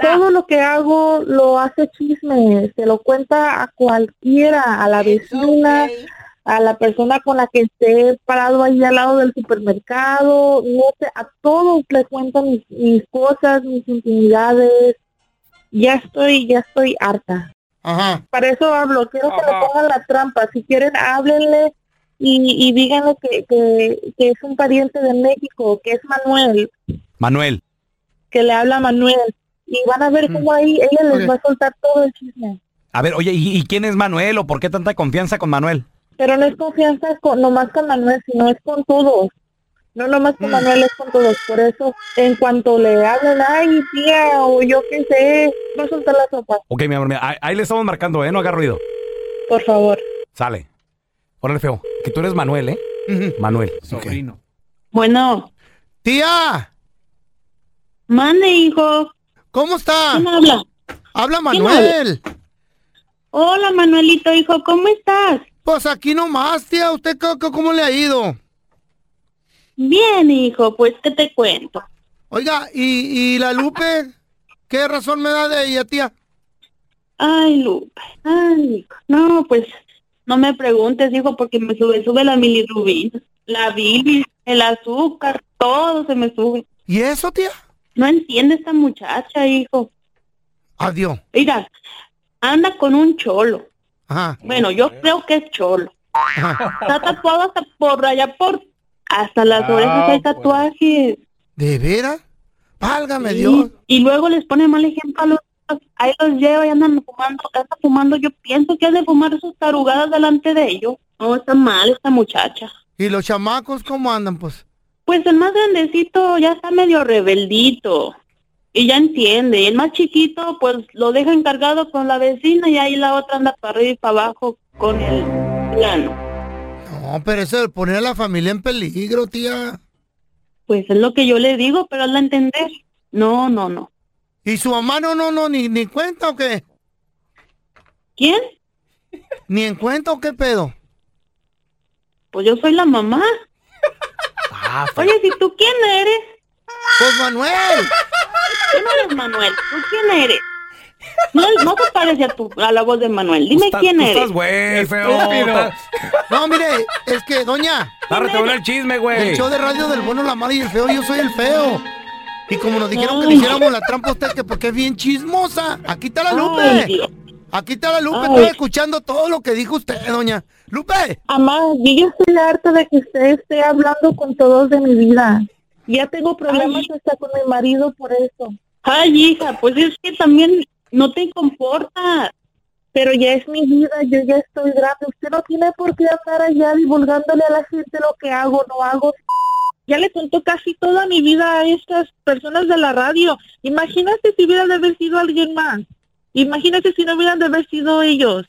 Speaker 19: Todo lo que hago lo hace chisme, se lo cuenta a cualquiera, a la vecina, a la persona con la que esté parado ahí al lado del supermercado, no sé, a todos le cuento mis, mis cosas, mis intimidades. Ya estoy, ya estoy harta. Para eso hablo, quiero que le pongan la trampa. Si quieren, háblenle y, y díganle que, que- que es un pariente de México, que es Manuel,
Speaker 7: Manuel.
Speaker 19: que le habla Manuel. Y van a
Speaker 5: Mm.
Speaker 19: ver cómo ahí ella les
Speaker 7: Ok.
Speaker 19: va a soltar todo el chisme.
Speaker 7: A ver, oye, ¿y, y quién es Manuel o por qué tanta confianza con Manuel?
Speaker 19: Pero no es confianza con, nomás con Manuel, sino es con todos. No nomás
Speaker 5: Mm.
Speaker 19: con Manuel, es con todos. Por eso, en cuanto le hablen, ay, tía, o yo qué sé, va a soltar la sopa,
Speaker 7: Ok, mi amor, mira, ahí, ahí le estamos marcando, ¿eh? No haga ruido.
Speaker 19: por favor.
Speaker 7: Sale. Órale, feo. Que tú eres Manuel, ¿eh? Manuel. Sobrino.
Speaker 19: Bueno.
Speaker 5: Tía.
Speaker 19: Mande, hijo.
Speaker 5: ¿Cómo está?
Speaker 19: ¿Quién habla?
Speaker 5: Habla
Speaker 19: ¿Quién
Speaker 5: Manuel.
Speaker 19: Hola, Manuelito, hijo, ¿cómo estás?
Speaker 5: Pues aquí nomás, tía. ¿Usted co- co- cómo le ha ido?
Speaker 19: Bien, hijo, pues que te cuento.
Speaker 5: Oiga, ¿y, y la Lupe? ¿Qué razón me da de ella, tía?
Speaker 19: Ay, Lupe, ay, hijo. No, pues no me preguntes, hijo, porque me sube, sube la milirrubina, la bilis, el azúcar, todo se me sube.
Speaker 5: ¿Y eso, tía?
Speaker 19: No entiende esta muchacha, hijo.
Speaker 5: Adiós.
Speaker 19: Mira, anda con un cholo.
Speaker 5: Ajá.
Speaker 19: Bueno, yo creo que es cholo.
Speaker 5: Ajá.
Speaker 19: Está tatuado hasta por allá por... Hasta las orejas hay tatuajes.
Speaker 5: ¿De veras? Válgame
Speaker 19: Sí,
Speaker 5: Dios.
Speaker 19: Y luego les pone mal ejemplo a los ahí los lleva y andan fumando, andan fumando. Yo pienso que han de fumar sus tarugadas delante de ellos. No, está mal esta muchacha.
Speaker 5: ¿Y los chamacos cómo andan, pues?
Speaker 19: Pues el más grandecito ya está medio rebeldito y ya entiende. Y el más chiquito, pues lo deja encargado con la vecina y ahí la otra anda para arriba y para abajo con el plano.
Speaker 5: No, pero eso de poner a la familia en peligro, tía.
Speaker 19: Pues es lo que yo le digo, pero hazla entender. No, no, no.
Speaker 5: ¿Y su mamá no, no, no, ni, ni cuenta o qué?
Speaker 19: ¿Quién?
Speaker 5: ¿Ni en cuenta o qué pedo?
Speaker 19: Pues yo soy la mamá. Oye, si tú quién eres?
Speaker 5: Pues Manuel.
Speaker 19: Tú no eres Manuel, ¿tú quién eres? No, no te parece a, tu, a la voz de Manuel. Dime
Speaker 7: Está-
Speaker 19: quién
Speaker 7: tú
Speaker 19: eres.
Speaker 7: estás güey, feo.
Speaker 5: Estúpido.
Speaker 7: Está-
Speaker 5: No, mire, es que, doña.
Speaker 7: Párate, ahora el chisme,
Speaker 20: Pues.
Speaker 7: güey.
Speaker 5: El show de radio del bueno, la mala y el feo, yo soy el feo. Y como nos dijeron que le
Speaker 7: Ay.
Speaker 5: hiciéramos la trampa a usted, que porque es bien chismosa. Aquí está la
Speaker 19: Ay,
Speaker 5: Lupe.
Speaker 19: Dios.
Speaker 5: Aquí está la Lupe,
Speaker 19: Ay.
Speaker 5: estoy escuchando todo lo que dijo usted, doña. Lupe.
Speaker 19: Amá, yo ya estoy harta de que usted esté hablando con todos de mi vida. Ya tengo problemas hasta con mi marido por eso. Ay, hija, pues es que también no te comportas. Pero ya es mi vida, yo ya estoy grande. Usted no tiene por qué andar allá divulgándole a la gente lo que hago, no hago. Ya le contó casi toda mi vida a estas personas de la radio. Imagínate si hubiera de haber sido alguien más. Imagínate si no hubieran de haber sido ellos.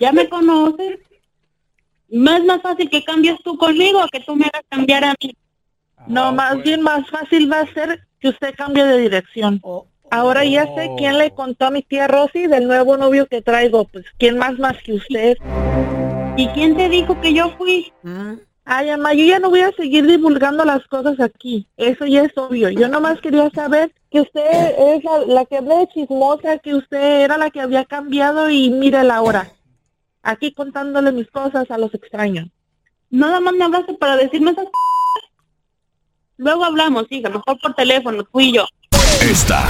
Speaker 19: Ya me conocen. Más más fácil que cambies tú conmigo que tú me hagas cambiar a mí. No, más bien más fácil va a ser que usted cambie de dirección. Ahora ya sé quién le contó a mi tía Rosy del nuevo novio que traigo. Pues, ¿quién más más que usted? ¿Y quién te dijo que yo fui? Ay, mamá, yo ya no voy a seguir divulgando las cosas aquí. Eso ya es obvio. Yo nomás quería saber que usted es la, la que habla de chismosa, que usted era la que había cambiado y mírela ahora. Aquí contándole mis cosas a los extraños. Nada más me hablaste para decirme esas... Luego hablamos, hija, mejor por teléfono, tú y yo.
Speaker 10: Esta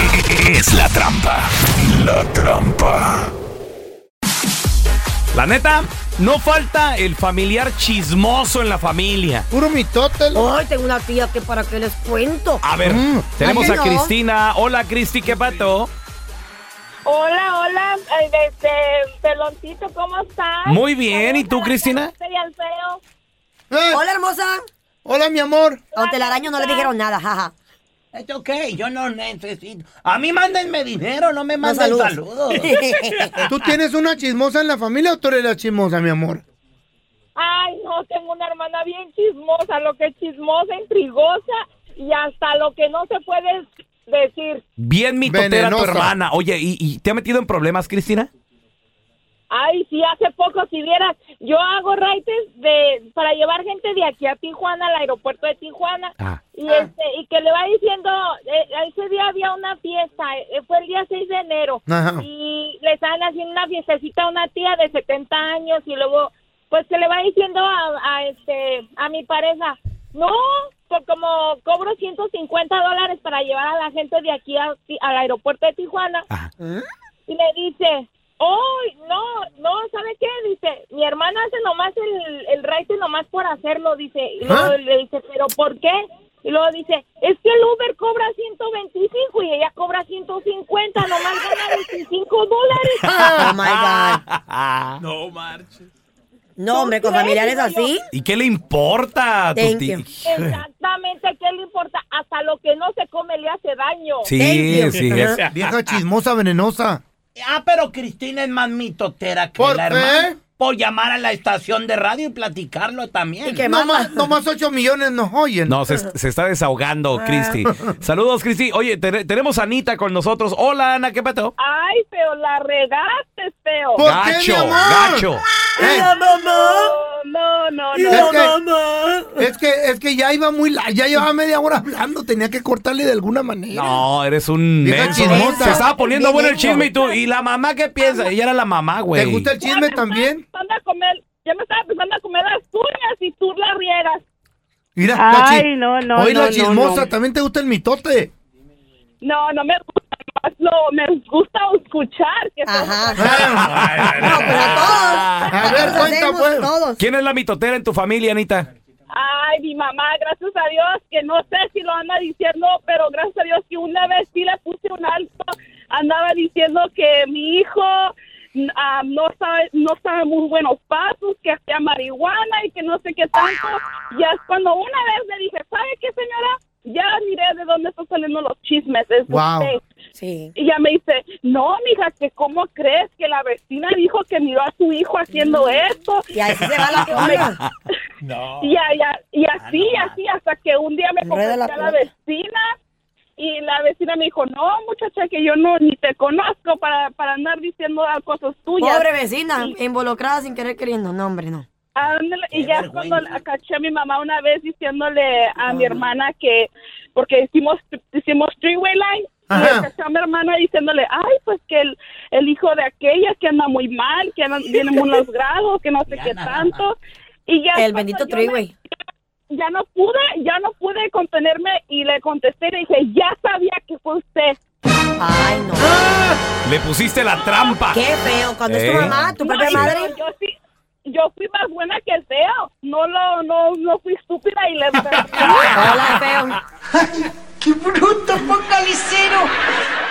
Speaker 10: es la trampa. La trampa.
Speaker 7: La neta, no falta el familiar chismoso en la familia.
Speaker 5: Puro mitote.
Speaker 4: Ay, tengo una tía que para qué les cuento. Mm.
Speaker 7: A ver,
Speaker 5: Mm.
Speaker 7: tenemos a Cristina. Hola, Cristi, ¿qué pato?
Speaker 20: Hola, hola, eh, este, peloncito, ¿cómo estás?
Speaker 7: Muy bien, ¿y tú, Cristina? Eh.
Speaker 20: Soy al feo.
Speaker 4: Hola, hermosa.
Speaker 5: Hola, mi amor.
Speaker 4: A telaraño no le dijeron nada, jaja.
Speaker 8: Es ok, yo no necesito. A mí mándenme dinero, no me manden
Speaker 5: saludos. (laughs)
Speaker 8: saludos.
Speaker 5: ¿Tú tienes una chismosa en la familia o tú eres la chismosa, mi amor?
Speaker 20: Ay, no, tengo una hermana bien chismosa, lo que es chismosa, intrigosa y hasta lo que no se puede decir.
Speaker 7: Bien mitotera tu
Speaker 8: Venenosa.
Speaker 7: hermana. Oye, ¿y, y te ha metido en problemas, Cristina?
Speaker 20: Ay, sí, hace poco, si vieras, yo hago raites de, para llevar gente de aquí a Tijuana, al aeropuerto de Tijuana, y, este, y que le va diciendo, eh, ese día había una fiesta, eh, fue el día 6 de enero,
Speaker 3: Ajá.
Speaker 20: y le estaban haciendo una fiestecita a una tía de 70 años, y luego, pues que le va diciendo a, a, este, a mi pareja, no, por como cobro 150 dólares para llevar a la gente de aquí a- al aeropuerto de Tijuana,
Speaker 5: Ah,
Speaker 20: y le dice, oh, no, no, ¿sabe qué? Dice, mi hermana hace nomás el, el raite nomás por hacerlo, dice. Y luego
Speaker 21: ¿Ah?
Speaker 20: le dice, ¿pero por qué? Y luego dice, es que el Uber cobra 125 y ella cobra 150, nomás gana 25 dólares.
Speaker 4: (laughs) Oh my God.
Speaker 7: (laughs) no marches.
Speaker 4: No, hombre, con familiares así.
Speaker 7: ¿Y qué le importa a Ah, tu
Speaker 4: Thank
Speaker 7: tía?
Speaker 4: you.
Speaker 20: Exactamente, ¿qué le importa? Hasta lo que no se come le hace daño.
Speaker 7: Sí, sí. es-
Speaker 5: (laughs) Vieja chismosa, venenosa.
Speaker 8: Ah, pero Cristina es más mitotera que la hermana. Por llamar a la estación de radio y platicarlo también.
Speaker 5: no, más, no más 8 millones nos oyen.
Speaker 7: No, se, se está
Speaker 4: Ah.
Speaker 7: desahogando, Cristi. Saludos, Cristi. Oye, te- tenemos a Anita con nosotros. Hola, Ana, ¿qué pato?
Speaker 20: Ay, feo, la regaste, feo.
Speaker 7: gacho, gacho.
Speaker 20: No, no, no, no.
Speaker 5: ¿Eh? es, que, es que es que ya iba muy la- ya llevaba media hora hablando, tenía que cortarle de alguna manera.
Speaker 7: No, eres un
Speaker 5: Vieja
Speaker 7: menso.
Speaker 5: chismosa.
Speaker 7: Se estaba poniendo bueno el
Speaker 5: Veneno.
Speaker 7: chisme y tú. ¿Y la mamá qué piensa? Ella era la mamá, güey.
Speaker 5: ¿Te gusta el chisme también?
Speaker 20: empezando a comer, ya me estaba empezando a comer las tuyas y tú las riegas.
Speaker 5: Mira, la
Speaker 20: Ay,
Speaker 5: chi-
Speaker 20: no, no,
Speaker 5: Oye,
Speaker 20: no,
Speaker 5: la
Speaker 20: no,
Speaker 5: chismosa,
Speaker 20: no.
Speaker 5: también te gusta el mitote.
Speaker 20: No, no me gusta más, no, me gusta escuchar. Que
Speaker 5: A ver, cuenta, pues.
Speaker 7: ¿Quién es la mitotera en tu familia, Anita?
Speaker 20: Ay, mi mamá, gracias a Dios, que no sé si lo anda diciendo, pero gracias a Dios que una vez sí le puse un alto
Speaker 22: andaba diciendo que mi hijo ah, no sabe no sabe muy buenos pasos, que hacía marihuana y que no sé qué tanto. Ya es cuando una vez le dije, ¿sabe qué, señora? Ya miré de dónde están saliendo los chismes. Es de
Speaker 4: Wow.
Speaker 22: usted".
Speaker 4: Sí.
Speaker 22: Y ella me dice, no, mija, que cómo crees que la vecina dijo que miró a su hijo haciendo esto.
Speaker 4: Mm. Y ahí se
Speaker 23: Ah,
Speaker 4: va la
Speaker 22: Me-
Speaker 4: cosa.
Speaker 24: No.
Speaker 22: y, a- y a- y así, y así, hasta que un día me
Speaker 4: Ah, Enreda
Speaker 22: confesé
Speaker 4: la
Speaker 22: a la
Speaker 4: pelota.
Speaker 22: vecina y la vecina me dijo, no, muchacha, que yo no ni te conozco para, para andar diciendo cosas tuyas.
Speaker 4: Pobre vecina,
Speaker 22: Y-
Speaker 4: involucrada sin querer queriendo. No, hombre, no.
Speaker 22: Ándale, y ya es cuando la caché a mi mamá una vez diciéndole a mi hermana que, porque hicimos, hicimos three-way line, y le caché a mi hermana diciéndole, ay, pues que el, el hijo de aquella que anda muy mal, que anda- tiene unos grados, que no sé qué tanto. Y ya
Speaker 4: El bendito three-way.
Speaker 22: Ya no pude, ya no pude contenerme y le contesté y le dije, ya sabía que fue usted.
Speaker 4: Ay, no.
Speaker 7: Le pusiste la trampa.
Speaker 4: Qué feo, cuando es tu mamá, tu propia
Speaker 22: y
Speaker 4: madre.
Speaker 22: Yo, yo sí, yo fui más buena que el feo. No lo, no, no fui estúpida y le
Speaker 4: (laughs) Hola, feo.
Speaker 22: (laughs) ¡Qué bruto, focalicero!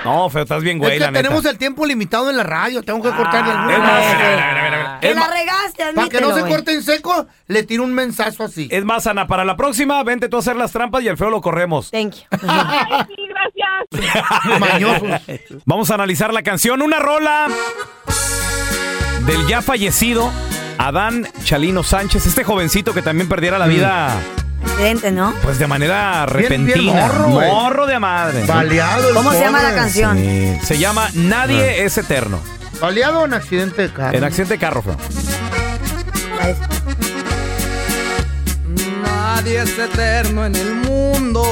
Speaker 7: No, feo, estás bien, güey,
Speaker 5: es que
Speaker 7: la neta. Ah,
Speaker 5: tenemos el tiempo limitado en la radio, tengo que
Speaker 4: Ah,
Speaker 5: cortar de alguna
Speaker 7: es más,
Speaker 5: manera.
Speaker 7: mira, mira, mira, mira.
Speaker 4: Que
Speaker 7: Es
Speaker 4: la
Speaker 7: ma-
Speaker 4: regaste,
Speaker 5: Para que no
Speaker 4: admítelo,
Speaker 5: se
Speaker 4: güey.
Speaker 5: corte en seco, le tiro un mensazo así.
Speaker 7: Es más, Ana, para la próxima, vente tú a hacer las trampas y el feo lo corremos.
Speaker 4: Thank you.
Speaker 7: (laughs)
Speaker 22: Ay, sí, gracias.
Speaker 7: Vamos a analizar la canción. Una rola del ya fallecido Adán Chalino Sánchez, este jovencito que también perdiera
Speaker 5: Mm.
Speaker 7: la vida,
Speaker 4: Gente, ¿no?
Speaker 7: pues de manera
Speaker 4: Bien, bien
Speaker 7: repentina.
Speaker 4: morro, güey.
Speaker 7: Morro de madre.
Speaker 5: Baleado el
Speaker 4: ¿Cómo se llama la
Speaker 5: pobre.
Speaker 4: canción?
Speaker 7: Sí. Se llama Nadie
Speaker 5: Ah.
Speaker 7: es Eterno.
Speaker 5: ¿Baleado o en accidente de carro?
Speaker 7: En accidente de carro, feo.
Speaker 3: Nadie es eterno en el mundo,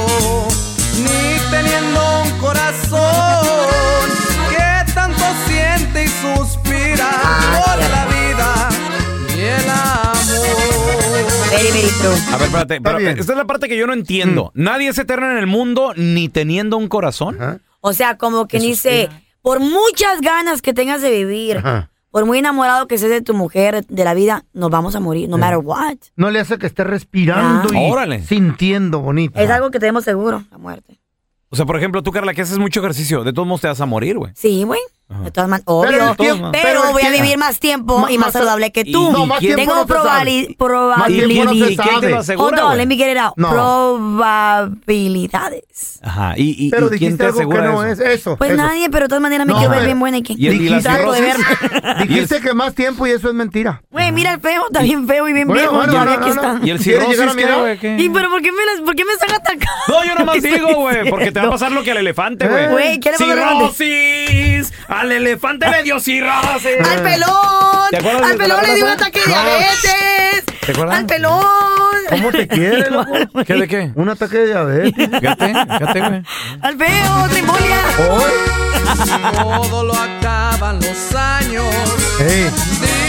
Speaker 3: ni teniendo un corazón que tanto siente y suspira por la vida y el amor.
Speaker 7: A ver, espérate. pero esta es la parte que yo no entiendo.
Speaker 5: Mm.
Speaker 7: Nadie es eterno en el mundo ni teniendo un corazón.
Speaker 4: O sea, como que dice, por muchas ganas que tengas de vivir,
Speaker 5: Ah.
Speaker 7: Ajá.
Speaker 4: por muy enamorado que seas de tu mujer, de la vida, nos vamos a morir, no matter what.
Speaker 5: No le hace que esté respirando
Speaker 7: Ah.
Speaker 5: y
Speaker 7: Órale.
Speaker 5: sintiendo bonito.
Speaker 4: Es algo que tenemos seguro, la muerte.
Speaker 7: O sea, por ejemplo, tú, Carla, que haces mucho ejercicio, de todos modos te vas a morir, güey.
Speaker 4: Sí, güey. De todas maneras,
Speaker 7: Pero
Speaker 4: obvio.
Speaker 7: el tiempo-
Speaker 4: Pero,
Speaker 7: pero el
Speaker 4: voy a
Speaker 7: tiempo-
Speaker 4: vivir más tiempo
Speaker 7: Ma-
Speaker 4: y más
Speaker 7: más-
Speaker 4: saludable que
Speaker 7: y-
Speaker 4: tú.
Speaker 7: No, más tiempo
Speaker 4: Tengo
Speaker 7: no se
Speaker 4: probali-
Speaker 7: sabe. Más tiempo no se
Speaker 4: probabilidades.
Speaker 7: sabe. ¿Quién te lo asegura,
Speaker 4: Hold on,
Speaker 7: güey?
Speaker 4: let me get it out.
Speaker 7: No.
Speaker 4: Probabilidades.
Speaker 7: Ajá. ¿Y, y,
Speaker 5: Pero
Speaker 7: y quién
Speaker 5: dijiste
Speaker 7: te
Speaker 5: algo que
Speaker 7: asegura
Speaker 5: no
Speaker 7: eso?
Speaker 5: es eso.
Speaker 4: Pues
Speaker 5: eso.
Speaker 4: nadie, pero de todas maneras me
Speaker 5: No,
Speaker 4: quiero ver
Speaker 5: güey.
Speaker 4: bien buena y que
Speaker 7: Y el- y la
Speaker 4: Trato de
Speaker 7: cirrosis.
Speaker 4: ver.
Speaker 5: (laughs) Dijiste que más tiempo y eso es mentira.
Speaker 4: Güey, mira el feo, está bien feo y bien
Speaker 5: Bueno,
Speaker 4: viejo
Speaker 5: bueno,
Speaker 4: todavía
Speaker 5: no, no,
Speaker 4: que
Speaker 5: no.
Speaker 4: está.
Speaker 7: ¿Y el ¿Quieres llegar a cirrosis mi qué, edad? güey? ¿Qué?
Speaker 4: ¿Y pero por qué me, las, por qué me están atacando?
Speaker 7: No,
Speaker 4: (laughs)
Speaker 7: yo nomás
Speaker 4: Estoy
Speaker 7: digo, güey, porque te va
Speaker 4: diciendo.
Speaker 7: a pasar lo que al elefante,
Speaker 4: Eh.
Speaker 7: güey.
Speaker 4: Güey, ¿qué le pasó al
Speaker 7: Cirrosis. Al elefante le dio cirrosis.
Speaker 4: ¡Al pelón!
Speaker 7: ¿Te acuerdas
Speaker 4: ¡Al
Speaker 7: de
Speaker 4: pelón
Speaker 7: la
Speaker 4: le dio un
Speaker 7: raza?
Speaker 4: ataque de
Speaker 7: No.
Speaker 5: Ah.
Speaker 4: diabetes!
Speaker 7: ¿Te acuerdas?
Speaker 4: ¡Al pelón!
Speaker 5: ¿Cómo te
Speaker 4: (laughs)
Speaker 5: quiere, loco?
Speaker 7: ¿Qué de qué?
Speaker 5: Un ataque de diabetes.
Speaker 7: Fíjate, fíjate, güey.
Speaker 4: ¡Al feo! ¡Otra embolia!
Speaker 3: Todo lo acaban los años.
Speaker 5: Ey.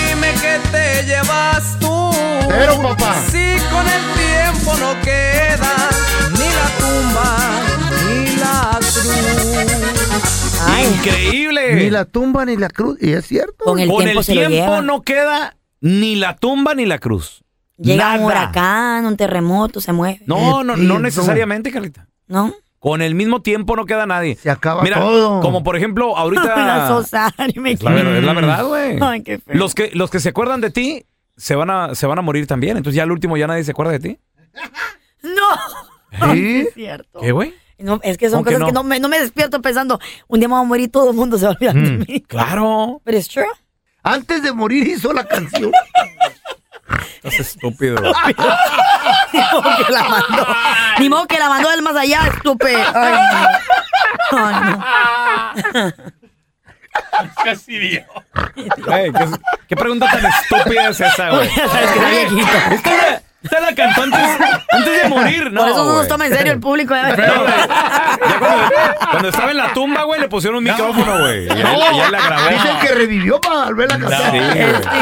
Speaker 3: Dime qué te llevas tú.
Speaker 5: Pero, papá.
Speaker 3: Si con el tiempo no queda ni la tumba ni la cruz.
Speaker 7: Increíble.
Speaker 5: Ni la tumba ni la cruz. Y es cierto.
Speaker 4: Con el tiempo se lo lleva.
Speaker 7: no queda ni la tumba ni la cruz.
Speaker 4: Llega un
Speaker 7: Nada.
Speaker 4: huracán, un terremoto, se mueve.
Speaker 7: No, no, no necesariamente, Carlita.
Speaker 4: ¿No?
Speaker 7: Con el mismo tiempo no queda nadie. Se
Speaker 5: acaba
Speaker 7: Mira,
Speaker 5: todo.
Speaker 7: como por ejemplo,
Speaker 5: (laughs)
Speaker 4: (laughs) La
Speaker 7: ahorita.
Speaker 4: Sosari me
Speaker 7: Es la, ver- es la verdad, güey.
Speaker 4: Ay, qué feo.
Speaker 7: Los que, los que se acuerdan de ti se van, a, se van a morir también. Entonces ya al último ya nadie se acuerda de ti.
Speaker 4: ¡No! (laughs)
Speaker 7: ¿Eh?
Speaker 4: Es cierto.
Speaker 7: ¿Qué, güey?
Speaker 4: No, es que son
Speaker 7: ¿Cómo que
Speaker 4: cosas que
Speaker 7: no?
Speaker 4: no me, no me despierto pensando, un día me voy a morir, todo el mundo se va a olvidar
Speaker 7: Mm.
Speaker 4: de mí. (laughs)
Speaker 7: Claro.
Speaker 4: Pero es true.
Speaker 5: Antes de morir hizo la
Speaker 4: (laughs)
Speaker 5: canción.
Speaker 7: Estás estúpido.
Speaker 4: Ni modo que la mandó. Ni modo que la mandó del más allá, estupe. Ay, no. Ay, no.
Speaker 7: Casi Güey, ¿qué, qué pregunta tan estúpida es esa, güey?
Speaker 4: Ya (laughs) sabes que está viejito.
Speaker 7: Esta la, esta la cantó antes, antes de morir, ¿no?
Speaker 4: Por eso no nos
Speaker 7: güey.
Speaker 4: toma en serio el público. ¿eh? ya ves.
Speaker 7: Cuando estaba en la tumba, güey, le pusieron un micrófono, güey. Y
Speaker 5: No.
Speaker 7: ahí- y ahí la grabó.
Speaker 5: Dicen que revivió para volver a
Speaker 7: No,
Speaker 5: cantar.
Speaker 7: sí, güey.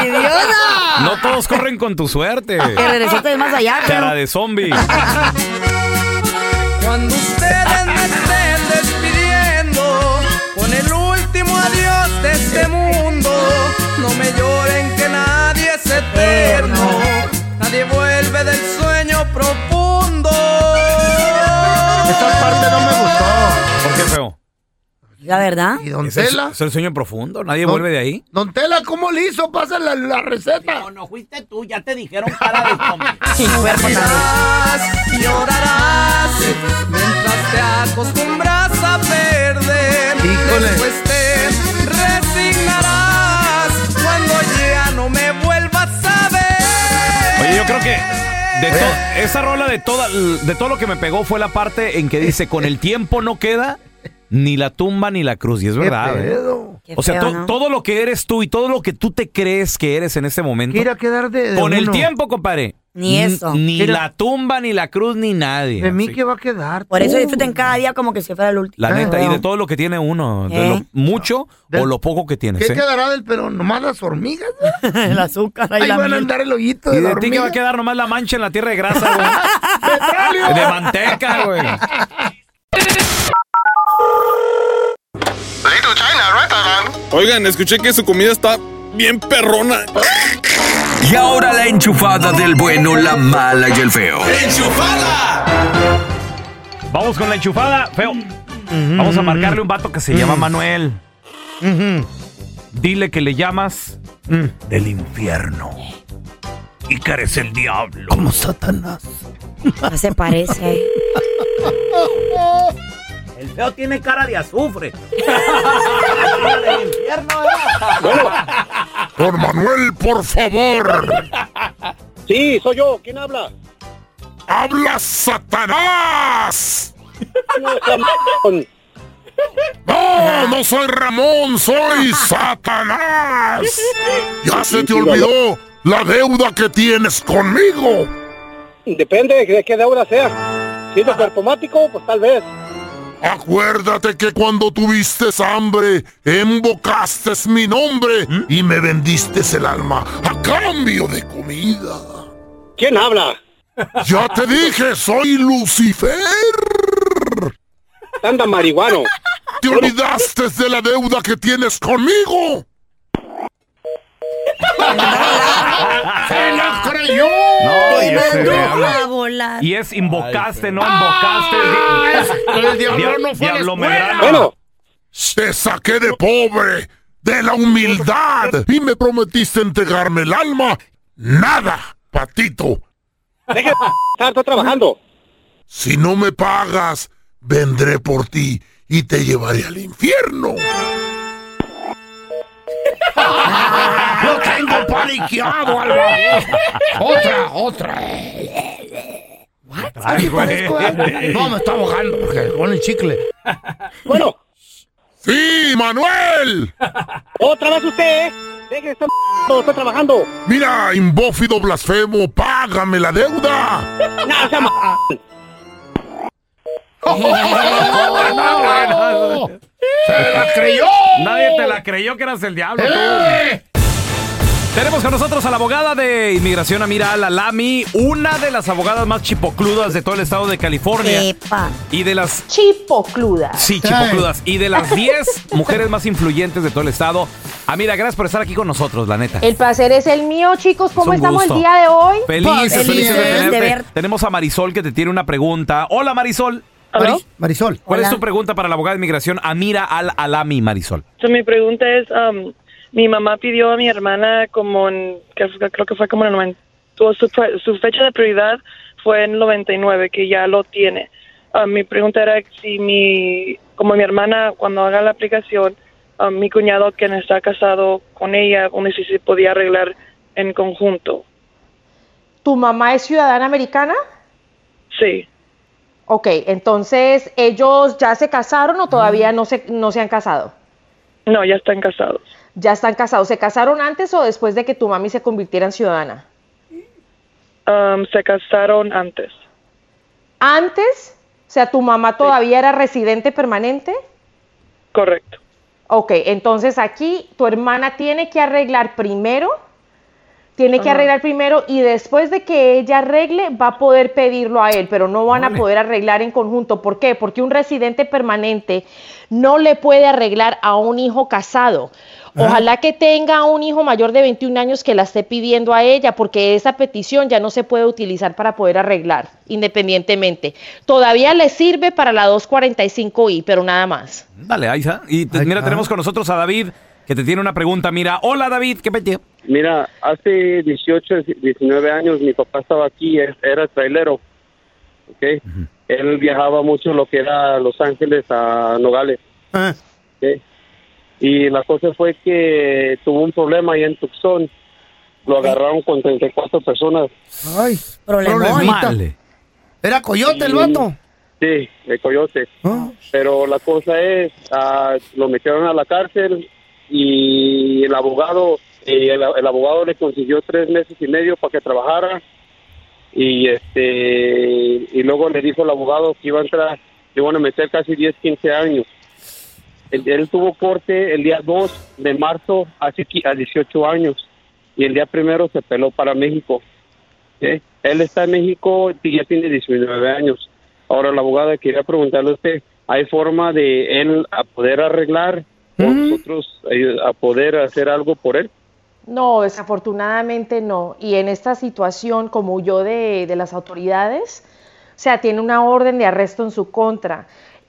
Speaker 4: ¡Idiota!
Speaker 7: No todos corren con tu suerte.
Speaker 4: Que regresaste del más allá, pero.
Speaker 7: Cara de zombie.
Speaker 3: Cuando ustedes me estén despidiendo con el último adiós de este mundo, no me lloren que nadie es eterno, nadie vuelve del sueño profundo.
Speaker 5: Esta parte no me gustó.
Speaker 7: ¿Por qué feo?
Speaker 4: La verdad.
Speaker 5: ¿Y don
Speaker 7: Ese es-
Speaker 5: Tela?
Speaker 7: Es el sueño profundo, nadie vuelve de ahí.
Speaker 5: Don Tela, ¿cómo le hizo? Pasa la, la receta.
Speaker 8: No, no fuiste tú, ya te dijeron para de comer.
Speaker 1: llorarás mientras te acostumbras a perder.
Speaker 5: Híjole.
Speaker 1: Después te resignarás cuando ya no me vuelvas a ver.
Speaker 7: Oye, yo creo que de to- esa rola de toda de todo lo que me pegó fue la parte en que dice con el tiempo no queda ni la tumba ni la cruz y es verdad. ¿eh?
Speaker 5: pedo. Qué
Speaker 7: O sea,
Speaker 5: feo,
Speaker 7: to-
Speaker 5: ¿no?
Speaker 7: todo lo que eres tú y todo lo que tú te crees que eres en este momento.
Speaker 5: Quiera quedar de, de
Speaker 7: con el
Speaker 5: uno.
Speaker 7: tiempo, compadre.
Speaker 4: Ni
Speaker 7: N-
Speaker 4: eso.
Speaker 7: Ni
Speaker 4: Mira.
Speaker 7: la tumba, ni la cruz, ni nadie.
Speaker 5: De mí
Speaker 7: Así-
Speaker 5: que va a quedar.
Speaker 4: Por eso
Speaker 5: tú.
Speaker 4: disfruten cada día como que si fuera el último.
Speaker 7: La
Speaker 5: Ah,
Speaker 7: neta, y de todo lo que tiene uno, de lo
Speaker 4: ¿Eh?
Speaker 7: mucho o lo poco que tienes.
Speaker 5: ¿Qué
Speaker 7: ¿eh?
Speaker 5: quedará del pero nomás las hormigas?
Speaker 4: (laughs) el azúcar.
Speaker 5: Ahí,
Speaker 7: la
Speaker 5: van a
Speaker 7: miel.
Speaker 5: andar el hoyito
Speaker 7: Y
Speaker 5: de la
Speaker 7: de ti que va a
Speaker 5: hormiga.
Speaker 7: quedar nomás la mancha en la tierra de grasa, güey. De manteca, güey.
Speaker 25: Oigan, escuché que su comida está bien perrona.
Speaker 10: Y ahora la enchufada del bueno, la mala y el feo.
Speaker 7: Vamos con la enchufada, feo. Vamos a marcarle un vato que se llama Manuel. Mm-hmm. Dile que le llamas del infierno. Y que eres el diablo. Como Satanás.
Speaker 4: No se parece.
Speaker 8: El feo tiene cara de azufre. Cara del infierno, ¿verdad?
Speaker 12: Don Manuel, por favor.
Speaker 26: Sí, soy yo. ¿Quién habla?
Speaker 12: ¡Habla Satanás! No, no soy Ramón, soy Satanás. Ya se te olvidó la deuda que tienes conmigo.
Speaker 26: Depende de qué deuda sea. Si es de perpomático, pues tal vez.
Speaker 12: Acuérdate que cuando tuviste hambre, invocaste mi nombre y me vendiste el alma a cambio de comida.
Speaker 26: ¿Quién habla?
Speaker 12: Ya te dije, soy Lucifer.
Speaker 26: Anda marihuano.
Speaker 12: ¿Te olvidaste de la deuda que tienes conmigo?
Speaker 5: ¡Se la creyó!
Speaker 7: No,
Speaker 4: Te
Speaker 7: y ese
Speaker 4: mandó
Speaker 7: diablo.
Speaker 4: a volar.
Speaker 7: Y es invocaste, no invocaste.
Speaker 12: Ah, el diablo no fue a la
Speaker 7: Diablo
Speaker 12: escuela.
Speaker 7: Medrano.
Speaker 12: Bueno. Te saqué de pobre, de la humildad, y me prometiste entregarme el alma. Nada, patito.
Speaker 26: Deja, está trabajando.
Speaker 12: Si no me pagas, vendré por ti y te llevaré al infierno.
Speaker 5: ¡Lo tengo paniqueado,
Speaker 4: (laughs)
Speaker 5: Alba! ¡Otra, otra!
Speaker 12: Ay, güey.
Speaker 5: No, me está ahogando porque con el chicle.
Speaker 26: (laughs) Bueno.
Speaker 12: ¡Sí, Manuel!
Speaker 26: (laughs) ¡Otra vez usted, eh! Deje de estar m******, estoy trabajando.
Speaker 12: Mira, imbófido blasfemo, págame la
Speaker 26: (laughs)
Speaker 12: deuda.
Speaker 26: No, sea m******.
Speaker 7: ¡Se la
Speaker 5: creyó!
Speaker 7: Nadie te la creyó que eras el diablo. tú. ¡Eh! Tenemos con nosotros a la abogada de inmigración Amira Alalami, una de las abogadas más chipocludas de todo el estado de California.
Speaker 4: Epa.
Speaker 7: Y de las
Speaker 27: Chipocludas.
Speaker 7: Sí, chipocludas. Y de las (laughs) 10 mujeres más influyentes de todo el estado. Amira, gracias por estar aquí con nosotros, la neta.
Speaker 27: El placer es el mío, chicos. ¿Cómo
Speaker 7: un
Speaker 27: estamos
Speaker 7: gusto.
Speaker 27: el día de hoy?
Speaker 7: Felices, felices de
Speaker 27: Felices
Speaker 7: tenerte.
Speaker 27: ver-
Speaker 7: Tenemos a Marisol que te tiene una pregunta. Hola, Marisol.
Speaker 5: Mari- Marisol.
Speaker 7: ¿Cuál es tu pregunta para la abogada de inmigración Amira Al-Alami, Marisol?
Speaker 28: So, mi pregunta es, um, mi mamá pidió a mi hermana como en, que fue- creo que fue como en el noven- tuvo su, pre- su fecha de prioridad fue en 99, que ya lo tiene. Um, mi pregunta era si mi, como mi hermana cuando haga la aplicación, um, mi cuñado quien está casado con ella, como si se podía arreglar en conjunto.
Speaker 27: ¿Tu mamá es ciudadana americana?
Speaker 28: Sí.
Speaker 27: Ok, entonces, ¿ellos ya se casaron o todavía no se, no se han casado?
Speaker 28: No, ya están casados.
Speaker 27: Ya están casados. ¿Se casaron antes o después de que tu mami se convirtiera en ciudadana?
Speaker 28: Um, se casaron antes.
Speaker 27: ¿Antes? O sea, ¿tu mamá todavía era residente permanente?
Speaker 28: Correcto.
Speaker 27: Ok, entonces aquí tu hermana tiene que arreglar primero Tiene que
Speaker 4: Ajá.
Speaker 27: arreglar primero y después de que ella arregle va a poder pedirlo a él, pero no van a poder arreglar en conjunto. ¿Por qué? Porque un residente permanente no le puede arreglar a un hijo casado. Ojalá que tenga un hijo mayor de 21 años que la esté pidiendo a ella, porque esa petición ya no se puede utilizar para poder arreglar independientemente. Todavía le sirve para la 245I, pero nada más.
Speaker 7: Dale, Aiza. Y te- mira, tenemos con nosotros a David, que te tiene una pregunta. Mira, hola David, ¿qué pete?
Speaker 15: Mira, hace 18, 19 años mi papá estaba aquí, e- era trailero. ¿ok? Él viajaba mucho lo que era Los Ángeles a Nogales.
Speaker 5: Ah.
Speaker 15: ¿ok? Y la cosa fue que tuvo un problema ahí en Tucson. Lo agarraron con 34 personas.
Speaker 5: Ay, problemita. Era coyote el vato. Ah.
Speaker 15: Sí, de coyote. Pero la cosa es, ah, lo metieron a la cárcel y el abogado, eh, el, el abogado le consiguió tres meses y medio para que trabajara y
Speaker 14: eh,
Speaker 15: este y luego le dijo el abogado que iba a entrar, le iban a meter casi 10, 15 años. Él, él tuvo corte el día 2 de marzo hace qui- a 18 años y el día primero se peló para México. ¿sí? Él está en México y ya tiene 19 años. Ahora la abogada quería preguntarle a usted, ¿hay forma de él a poder arreglar o nosotros eh, a poder hacer algo por él?
Speaker 27: No, desafortunadamente no. Y en esta situación, como huyó de, de las autoridades, o sea, tiene una orden de arresto en su contra.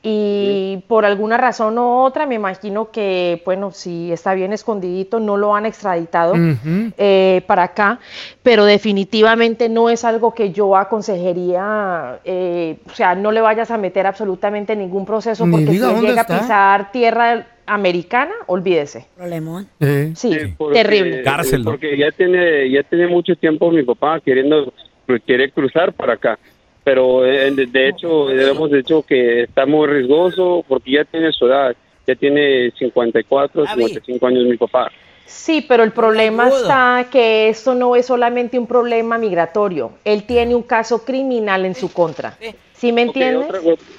Speaker 27: Y por alguna razón u otra, me imagino que, bueno, si está bien escondidito, no lo han extraditado
Speaker 29: Ujú.
Speaker 27: eh, para acá, pero definitivamente no es algo que yo aconsejaría, eh, o sea, no le vayas a meter absolutamente ningún proceso,
Speaker 5: Ni
Speaker 27: porque si
Speaker 5: diga
Speaker 27: él
Speaker 5: dónde
Speaker 27: llega
Speaker 5: está.
Speaker 27: a pisar tierra americana, olvídese.
Speaker 4: Problemón.
Speaker 27: Sí,
Speaker 15: Porque-
Speaker 27: terrible.
Speaker 7: Cárcel, ¿no?
Speaker 15: Porque ya tiene, ya tiene mucho tiempo mi papá queriendo, pues, quiere cruzar para acá. Pero eh, de, de hecho, hemos dicho que está muy riesgoso porque ya tiene su edad. Ya tiene 54, 55 años mi papá.
Speaker 27: Sí, pero el problema
Speaker 15: Agudo.
Speaker 27: está que esto no es solamente un problema migratorio. Él tiene un caso criminal en su contra. ¿Sí me entiendes?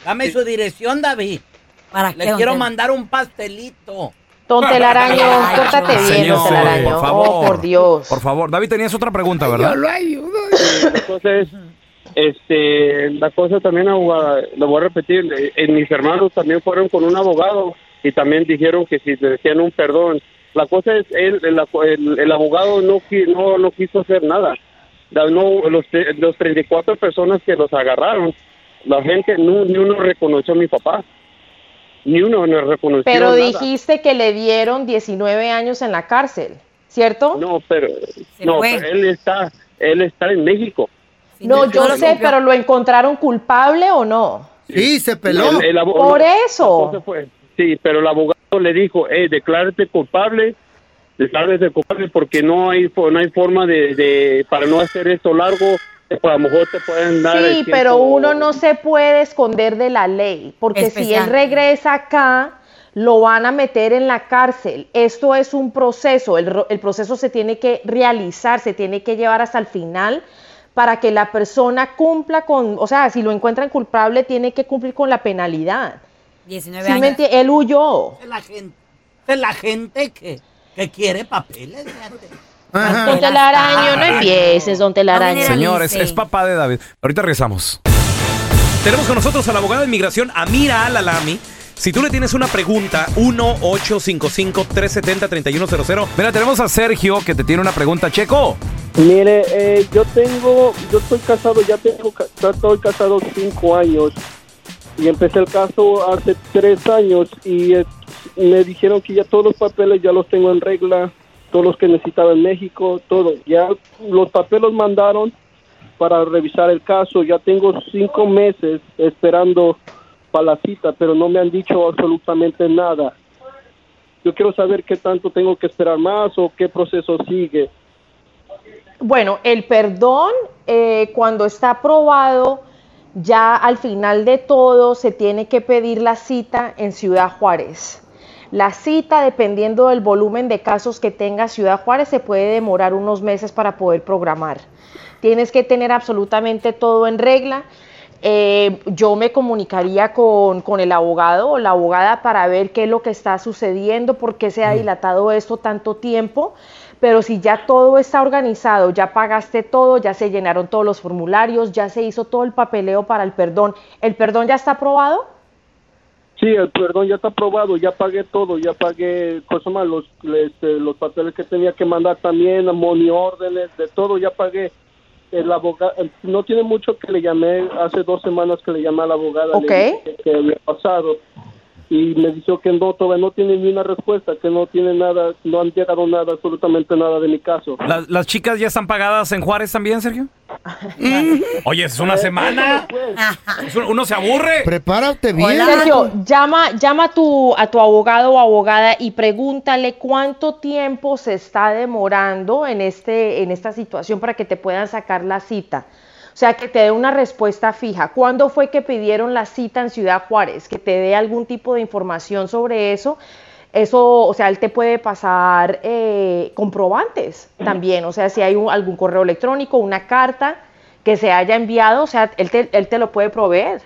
Speaker 8: Dame su dirección, David.
Speaker 4: qué,
Speaker 8: Le
Speaker 4: don
Speaker 8: quiero
Speaker 4: Tela?
Speaker 8: mandar un pastelito.
Speaker 27: Don
Speaker 8: (laughs)
Speaker 27: Telaraño,
Speaker 8: Ay,
Speaker 27: córtate
Speaker 8: no.
Speaker 27: bien, don
Speaker 7: Ah, Señor,
Speaker 27: Telaraño.
Speaker 7: por favor.
Speaker 27: Oh, por Dios.
Speaker 7: Por favor, David, tenías otra pregunta, ¿verdad?
Speaker 15: Entonces, este, la cosa también, abogada, lo voy a repetir, eh, eh, mis hermanos también fueron con un abogado y también dijeron que si decían un perdón. La cosa es, él, el, el- el abogado no, qui- no, no quiso hacer nada. La- No, los, tre- los 34 personas que los agarraron, la gente, no, ni uno reconoció a mi papá. Ni uno no reconoció
Speaker 27: Pero
Speaker 15: nada.
Speaker 27: dijiste que le dieron 19 años en la cárcel, ¿cierto?
Speaker 15: No, pero, no,
Speaker 27: fue.
Speaker 15: pero él está, él está en México.
Speaker 27: No, yo
Speaker 15: no,
Speaker 27: sé,
Speaker 15: no.
Speaker 27: pero ¿lo encontraron culpable o no?
Speaker 5: Sí, se
Speaker 15: peló. El- el abo-
Speaker 27: Por
Speaker 15: no,
Speaker 27: eso.
Speaker 15: la cosa fue- sí, pero el abogado le dijo, eh, declárate culpable, declárate culpable porque no hay fo- no hay forma de, de- para no hacer esto largo, eh, pues, a lo mejor te pueden dar el
Speaker 27: Sí,
Speaker 15: tiempo-
Speaker 27: pero uno no se puede esconder de la ley, porque si
Speaker 15: Especial.
Speaker 27: él regresa acá, lo van a meter en la cárcel. Esto es un proceso, el, ro- el proceso se tiene que realizar, se tiene que llevar hasta el final para que la persona cumpla con, o sea, si lo encuentran culpable, tiene que cumplir con la penalidad.
Speaker 4: 19
Speaker 27: ¿Sí me
Speaker 4: años.
Speaker 27: enti- él huyó.
Speaker 8: De la gente, de la gente que, que quiere papeles. fíjate.
Speaker 27: Don Telaraño, no empieces, don Telaraño.
Speaker 7: Señores, es papá de David. Ahorita regresamos. Tenemos con nosotros a la abogada de inmigración Amira Alalami. Si tú le tienes una pregunta, 1-855-370-3100. Mira, tenemos a Sergio que te tiene una pregunta. Checo.
Speaker 26: Mire, eh, yo tengo, yo estoy casado, ya tengo, ca- ya estoy casado cinco años y empecé el caso hace tres años y eh, me dijeron que ya todos los papeles ya los tengo en regla, todos los que necesitaba en México, todo, ya los papeles los mandaron para revisar el caso, ya tengo cinco meses esperando para la cita, pero no me han dicho absolutamente nada. Yo quiero saber qué tanto tengo que esperar más o qué proceso sigue.
Speaker 27: Bueno, el perdón, eh, cuando está aprobado, ya al final de todo se tiene que pedir la cita en Ciudad Juárez. La cita, dependiendo del volumen de casos que tenga Ciudad Juárez, se puede demorar unos meses para poder programar. Tienes que tener absolutamente todo en regla. Eh, yo me comunicaría con, con el abogado o la abogada para ver qué es lo que está sucediendo, por qué se ha dilatado esto tanto tiempo, Pero si ya todo está organizado, ya pagaste todo, ya se llenaron todos los formularios, ya se hizo todo el papeleo para el perdón, ¿el perdón ya está aprobado?
Speaker 26: Sí, el perdón ya está aprobado, ya pagué todo, ya pagué, cosa más, los, este, los papeles que tenía que mandar también, money órdenes, de todo, ya pagué. El abogado, no tiene mucho que le llamé, hace dos semanas que le llamé a la abogada le
Speaker 27: Ok.
Speaker 26: dije que, que había pasado y me dijo que no, todavía no tiene ni una respuesta, que no tiene nada, no han llegado nada, absolutamente nada de mi caso.
Speaker 7: ¿La- ¿Las chicas ya están pagadas en Juárez también, Sergio? Oye, es una semana.
Speaker 4: Ah.
Speaker 7: Es un- Uno se aburre.
Speaker 5: Prepárate
Speaker 27: Sergio, llama, llama a, tu, a tu abogado o abogada y pregúntale cuánto tiempo se está demorando en, este, en esta situación para que te puedan sacar la cita. O sea, que te dé una respuesta fija. ¿Cuándo fue que pidieron la cita en Ciudad Juárez? Que te dé algún tipo de información sobre eso. Eso, o sea, él te puede pasar eh, comprobantes también. O sea, si hay un- algún correo electrónico, una carta que se haya enviado, o sea, él te- él te lo puede proveer.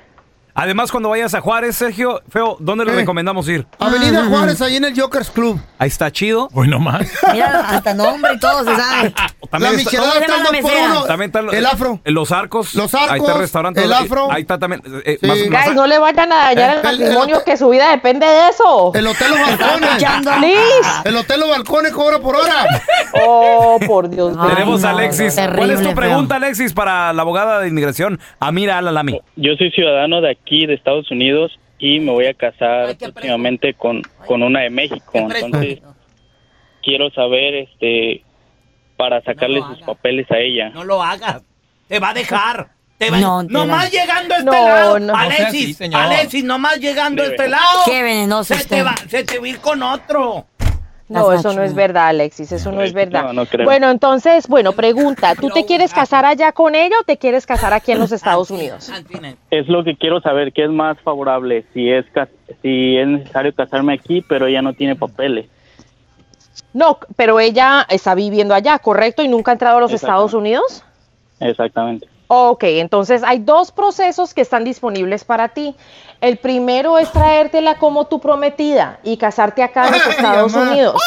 Speaker 7: Además, cuando vayas a Juárez, Sergio, feo, ¿dónde le recomendamos ir?
Speaker 5: Eh. Avenida Juárez, ahí en el Jokers Club.
Speaker 7: Ahí está chido. Bueno, más.
Speaker 4: Mira, hasta nombre y todo se sabe.
Speaker 7: (laughs) También
Speaker 4: La
Speaker 7: está-
Speaker 4: michelada está al dos por uno.
Speaker 7: También está
Speaker 5: El afro.
Speaker 7: eh, Los arcos.
Speaker 5: Los
Speaker 7: Ahí
Speaker 5: arcos,
Speaker 7: está el restaurante.
Speaker 5: el
Speaker 7: Eh,
Speaker 5: afro.
Speaker 7: Ahí está también. eh, eh, más- más-
Speaker 27: Guys, no le vayan a dañar
Speaker 7: El-
Speaker 27: el
Speaker 7: el- el
Speaker 27: matrimonio, que su vida depende de eso.
Speaker 5: El hotel Los Balcones.
Speaker 27: Please.
Speaker 5: El hotel Los Balcones cobra por hora.
Speaker 27: Oh, por Dios.
Speaker 7: Tenemos a Alexis.
Speaker 27: no, no,
Speaker 7: ¿Cuál es tu
Speaker 27: terrible,
Speaker 7: pregunta, Alexis, para la abogada de inmigración, Amira Alalami?
Speaker 29: Yo soy ciudadano de aquí, de Estados Unidos, y me voy a casar próximamente con, con una de México. Entonces, quiero saber, este, para sacarle sus papeles a ella.
Speaker 8: No lo hagas. Te va a dejar. Te va
Speaker 4: No,
Speaker 8: no,
Speaker 4: te
Speaker 8: nomás
Speaker 4: no.
Speaker 8: llegando a este
Speaker 4: No,
Speaker 8: lado.
Speaker 4: no.
Speaker 8: Alexis,
Speaker 4: No sea así, señor.
Speaker 8: Alexis, nomás llegando a
Speaker 4: Debe.
Speaker 8: este lado.
Speaker 4: Qué venenoso
Speaker 8: se
Speaker 4: usted.
Speaker 8: te, va, se te va a ir con otro.
Speaker 27: No, eso no es verdad, Alexis, eso no es verdad.
Speaker 8: no creo.
Speaker 27: Bueno, entonces, bueno, pregunta, ¿tú te quieres casar allá con ella o te quieres casar aquí en los Estados Unidos?
Speaker 29: Es lo que quiero saber, ¿qué es más favorable? Si es, ca- si es necesario casarme aquí, pero ella no tiene papeles.
Speaker 27: No, pero ella está viviendo allá, ¿correcto? ¿Y nunca ha entrado a los Estados Unidos?
Speaker 29: Exactamente.
Speaker 27: Ok, entonces hay dos procesos que están disponibles para ti. El primero es traértela como tu prometida y casarte acá en los Estados
Speaker 3: mamá.
Speaker 27: Unidos.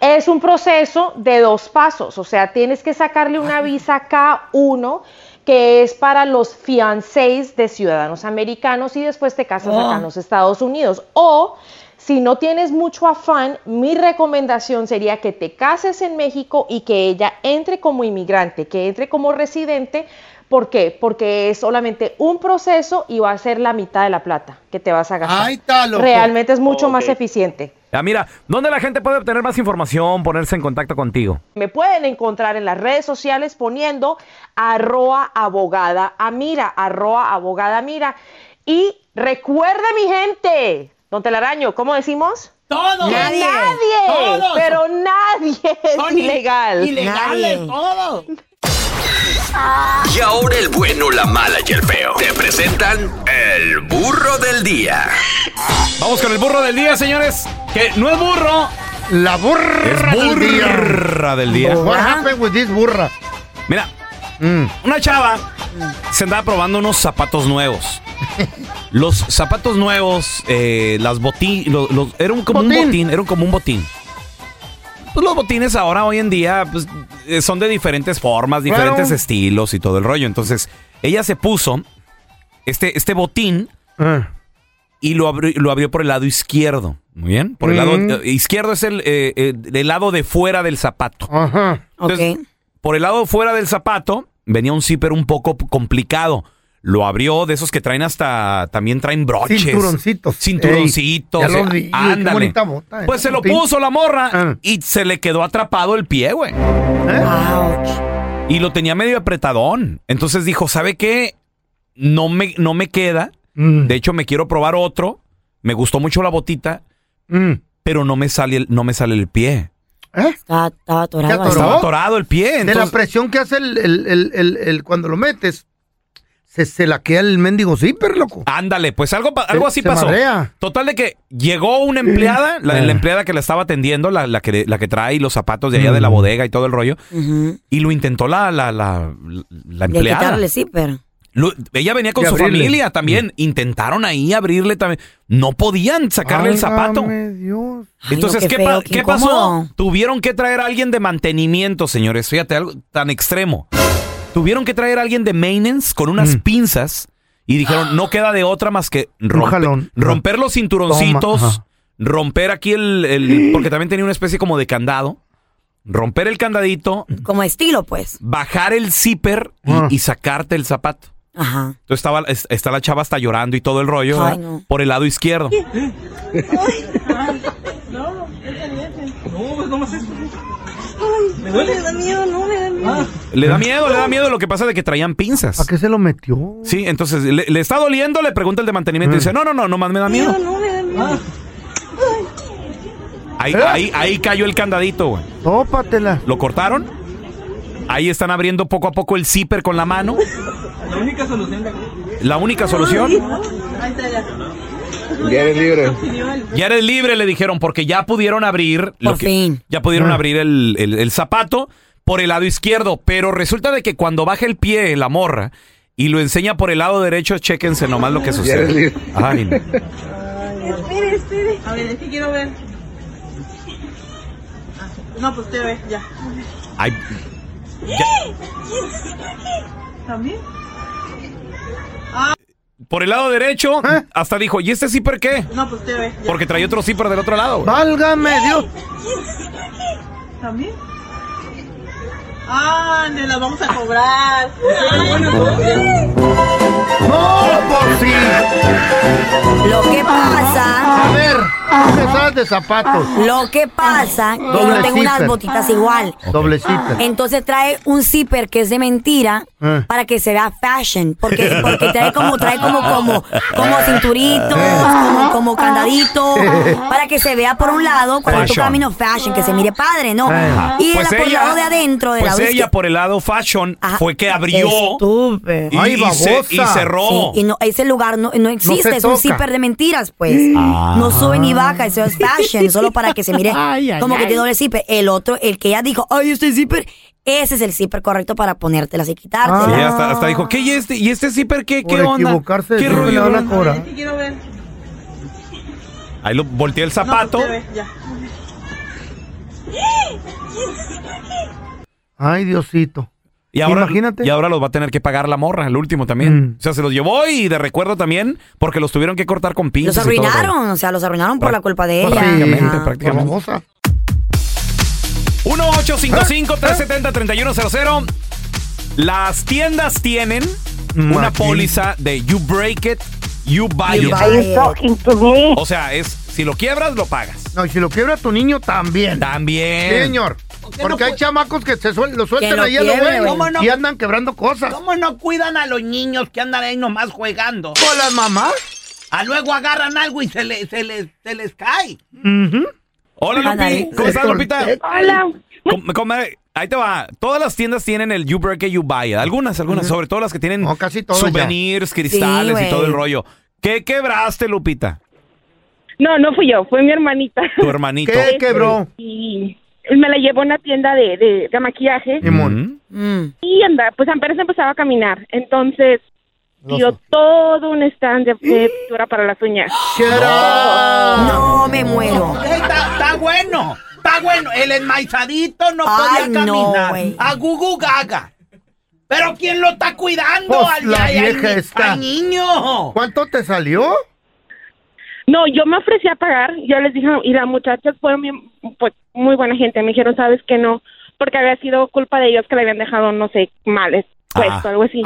Speaker 27: Es un proceso de dos pasos, o sea, tienes que sacarle una visa K1 que es para los fiancés de ciudadanos americanos y después te casas
Speaker 2: Oh.
Speaker 27: acá en los Estados Unidos. O si no tienes mucho afán, mi recomendación sería que te cases en México y que ella entre como inmigrante, que entre como residente. ¿Por qué? Porque es solamente un proceso y va a ser la mitad de la plata que te vas a gastar.
Speaker 5: Ahí está, loco.
Speaker 27: Realmente es mucho más
Speaker 7: Ok.
Speaker 27: eficiente.
Speaker 7: Amira, ¿dónde la gente puede obtener más información, ponerse en contacto contigo?
Speaker 27: Me pueden encontrar en las redes sociales poniendo arroa abogada amira, arroa abogada mira. Y recuerde mi gente, don Telaraño, ¿cómo decimos?
Speaker 8: Todos.
Speaker 27: Nadie.
Speaker 8: Nadie. Todos.
Speaker 27: Pero nadie es
Speaker 8: Son i-
Speaker 27: ilegal.
Speaker 8: Ilegales
Speaker 27: Nadie.
Speaker 8: todos.
Speaker 10: Y ahora el bueno, la mala y el feo. Te presentan el burro del día.
Speaker 7: Vamos con el burro del día, señores. Que no es burro.
Speaker 5: La burra
Speaker 7: del día. Burra del día.
Speaker 5: What happened with this burra?
Speaker 7: Mira, una chava se andaba probando unos zapatos nuevos. Los zapatos nuevos, eh, las botín, los, los- era un, como un botín, era un- como un botín. Pues los botines ahora, hoy en día, pues, eh, son de diferentes formas,
Speaker 5: Claro.
Speaker 7: diferentes estilos y todo el rollo. Entonces, ella se puso este, este botín y lo abrió, lo abrió por el lado izquierdo. (laughs) Muy bien. Por el lado eh, izquierdo es el, eh, eh, el lado de fuera del zapato. Entonces, Por el lado fuera del zapato venía un zipper un poco p- complicado. Lo abrió de esos que traen hasta. También traen broches.
Speaker 5: Cinturoncitos.
Speaker 7: Cinturoncitos.
Speaker 5: Ey, ya lo
Speaker 7: eh,
Speaker 5: vi, qué
Speaker 7: ándale.
Speaker 5: bonita bota, eh. Ah.
Speaker 7: Pues se lo
Speaker 5: Botín.
Speaker 7: puso la morra y se le quedó atrapado el pie, Eh, güey. Y lo tenía medio apretadón. Entonces dijo: ¿Sabe qué? No me, no me queda.
Speaker 5: Mm.
Speaker 7: De hecho, me quiero probar otro. Me gustó mucho la botita,
Speaker 5: Mm.
Speaker 7: pero no me sale el, no me sale el pie.
Speaker 4: Estaba, estaba atorado. ahí.
Speaker 7: Estaba atorado el pie.
Speaker 5: ¿Eh? De la
Speaker 7: entonces-
Speaker 5: presión que hace el, el- el- el- el- cuando lo metes, se, se la queda el mendigo zipper, loco.
Speaker 7: Ándale, pues algo, pa- algo
Speaker 5: Se-
Speaker 7: así
Speaker 5: se
Speaker 7: pasó.
Speaker 5: madrea.
Speaker 7: Total de que llegó una empleada, la, em-, la empleada que la estaba atendiendo, la, la que, la que trae los zapatos de allá de la bodega y todo el rollo, y lo intentó la, la, la, la
Speaker 4: Y hay que
Speaker 7: empleada.
Speaker 4: quitarle zipper.
Speaker 7: Lu- ella venía con
Speaker 16: Y
Speaker 7: su
Speaker 16: abrirle.
Speaker 7: familia también. Intentaron ahí abrirle también. No podían sacarle el zapato.
Speaker 5: Válgame Dios.
Speaker 7: Entonces,
Speaker 5: Ay, no,
Speaker 7: ¿qué,
Speaker 5: qué feo,
Speaker 7: pa-
Speaker 5: qué
Speaker 7: qué pasó?
Speaker 5: incómodo.
Speaker 7: Tuvieron que traer a alguien de mantenimiento, señores. Fíjate, algo tan extremo. Tuvieron que traer a alguien de maintenance con
Speaker 5: Mm.
Speaker 7: unas pinzas y dijeron, no queda de otra más que rompe-
Speaker 5: jalón.
Speaker 7: romper los cinturoncitos,
Speaker 5: Toma, ajá.
Speaker 7: romper aquí
Speaker 5: (gasps)
Speaker 7: el, el- Porque también tenía una especie como de candado. Romper el candadito,
Speaker 4: Como estilo, pues.
Speaker 7: bajar el zipper y,
Speaker 5: Ah.
Speaker 7: y sacarte el zapato.
Speaker 4: Ajá.
Speaker 7: Entonces estaba, es- está la chava hasta llorando y todo el rollo
Speaker 4: Ay,
Speaker 7: ¿verdad?
Speaker 4: no.
Speaker 7: por el lado izquierdo.
Speaker 3: No, No, pues nomás esto. Me duele. Me da miedo, no, me da miedo.
Speaker 7: Le da miedo, le da miedo lo que pasa de que traían pinzas. ¿A
Speaker 5: qué se lo metió? Eh.
Speaker 7: Sí, entonces le, le está doliendo, le pregunta el de mantenimiento y dice, no, no, no, nomás me da miedo.
Speaker 3: no, me da miedo.
Speaker 7: Ahí, ahí, ahí cayó el candadito, güey.
Speaker 5: Eh. Tópatela.
Speaker 7: Lo cortaron. Ahí están abriendo poco a poco el zipper con la mano.
Speaker 3: La única solución.
Speaker 7: La única solución.
Speaker 3: Ahí está ya.
Speaker 7: Ya eres libre. Ya eres libre, le dijeron, porque ya pudieron abrir. lo que- Ya pudieron abrir el, el- el zapato por el lado izquierdo. Pero resulta de que cuando baja el pie la morra y lo enseña por el lado derecho, chéquense nomás lo que
Speaker 3: eres
Speaker 7: sucede.
Speaker 3: libre.
Speaker 7: Ay, no.
Speaker 3: Espere, espere. A ver, es que quiero ver. Ah, No, pues te ve, ya.
Speaker 7: Ay,
Speaker 3: ¿También?
Speaker 7: por el lado derecho, hasta dijo, ¿y este zipper qué?
Speaker 3: No, pues te ve. ya.
Speaker 7: Porque traía otro zipper del otro lado. güey.
Speaker 5: Válgame Dios.
Speaker 3: ¿También? Ah, ne la vamos a cobrar.
Speaker 5: No, por sí.
Speaker 4: Lo que pasa.
Speaker 5: A ver, tú que sabes de zapatos.
Speaker 4: Lo que pasa, que yo
Speaker 5: Doble
Speaker 4: tengo unas
Speaker 5: zipper.
Speaker 4: botitas igual.
Speaker 5: Doblecita.
Speaker 4: Entonces trae un zipper que es de mentira
Speaker 5: Eh.
Speaker 4: para que se vea fashion. Porque, porque trae como, trae como, como, como cinturitos,
Speaker 5: Eh.
Speaker 4: como, como candadito, para que se vea por un lado cuando tu
Speaker 7: Fashion.
Speaker 4: camino fashion, que se mire padre, ¿no?
Speaker 5: Eh.
Speaker 7: Ajá.
Speaker 4: Y
Speaker 7: Pues
Speaker 4: el por el
Speaker 7: ella-
Speaker 4: lado de adentro, de la
Speaker 7: Pues ella por el lado fashion fue que abrió.
Speaker 4: Ah, Estúpido.
Speaker 7: Y- Ay, y se- babosa. y cerró.
Speaker 4: Eh, Sí, y no, ese lugar no, no existe,
Speaker 7: se
Speaker 4: es un
Speaker 7: toca.
Speaker 4: zipper de mentiras, pues.
Speaker 7: Ah.
Speaker 4: No sube ni baja, eso es fashion, solo para que se mire
Speaker 3: Ay, ay,
Speaker 4: como que
Speaker 3: ay.
Speaker 4: tiene doble zipper. El otro, el que ella dijo, ay, este zipper, ese es el zipper correcto para ponértelas y
Speaker 7: Sí,
Speaker 4: quitártelas.
Speaker 7: hasta, hasta dijo, ¿qué? ¿Y este, ¿Y este zipper qué? ¿Qué
Speaker 5: Por
Speaker 7: onda?
Speaker 5: equivocarse de
Speaker 7: ¿Qué
Speaker 5: zipper le
Speaker 7: rollo?
Speaker 5: van a cobrar.
Speaker 3: Es que quiero ver.
Speaker 7: Ahí lo volteó el
Speaker 3: No,
Speaker 7: zapato.
Speaker 3: pues te ve, ya.
Speaker 5: Ay, Diosito.
Speaker 7: Y ahora,
Speaker 5: Imagínate. Mm.
Speaker 7: y ahora los va a tener que pagar la morra, el último también. O sea, se los llevó y de recuerdo también, porque los tuvieron que cortar con pinzas.
Speaker 4: Los
Speaker 7: y todo el rollo.
Speaker 4: arruinaron, o sea, los arruinaron por la culpa de ella.
Speaker 7: Prácticamente,
Speaker 4: Ajá.
Speaker 7: prácticamente.
Speaker 5: ¿Eh?
Speaker 7: 1-855-370-3100. Las tiendas tienen
Speaker 5: Mm,
Speaker 7: una
Speaker 16: Aquí.
Speaker 7: póliza de you break it, you buy
Speaker 5: You
Speaker 7: it.
Speaker 5: buy it.
Speaker 7: O sea, es si lo quiebras, lo pagas.
Speaker 5: No, y si lo quiebra tu niño también.
Speaker 7: También.
Speaker 5: Sí, señor. Porque hay chamacos que se suel- lo sueltan
Speaker 8: lo
Speaker 5: ahí a lo
Speaker 8: quiebre,
Speaker 5: bueno
Speaker 8: güey.
Speaker 5: y andan quebrando cosas.
Speaker 8: ¿Cómo no cuidan a los niños que andan ahí nomás jugando?
Speaker 5: ¿Con las mamás?
Speaker 8: A luego agarran algo y se, le- se, les, se les cae.
Speaker 7: Hola,
Speaker 8: Ándale.
Speaker 7: Lupi. ¿Cómo estás, Lupita?
Speaker 8: Hola.
Speaker 7: Com- comadre, ahí te va. Todas las tiendas tienen el You Break It, You Buy It. Algunas, algunas. Sobre todo las que tienen
Speaker 5: todas ya.
Speaker 7: souvenirs,
Speaker 20: Sí,
Speaker 7: cristales
Speaker 20: güey.
Speaker 7: y todo el rollo. ¿Qué quebraste, Lupita?
Speaker 20: No, no fui yo, fue mi hermanita.
Speaker 7: Tu hermanito. ¿Qué quebró?
Speaker 20: Y me la llevó a una tienda de, de, de maquillaje.
Speaker 4: Mm.
Speaker 20: Y anda, pues apenas empezaba a caminar. Entonces, dio todo un stand de- de pintura para las uñas.
Speaker 4: No, me muero.
Speaker 8: Está, está bueno, está bueno. El enmaizadito no
Speaker 4: Ay,
Speaker 8: podía
Speaker 4: no,
Speaker 8: caminar.
Speaker 4: güey.
Speaker 8: a Gugu Gaga. Pero ¿quién lo está cuidando
Speaker 5: Pues,
Speaker 8: al,
Speaker 5: la
Speaker 8: al- al
Speaker 5: vieja
Speaker 8: ni-
Speaker 5: está.
Speaker 8: al niño?
Speaker 5: ¿Cuánto te salió?
Speaker 20: No, yo me ofrecí a pagar, yo les dije, y las muchachas fueron bien, pues, muy buena gente, me dijeron, sabes que no, porque había sido culpa de ellos que le habían dejado, no sé, mal expuesto,
Speaker 4: Ah.
Speaker 20: algo así.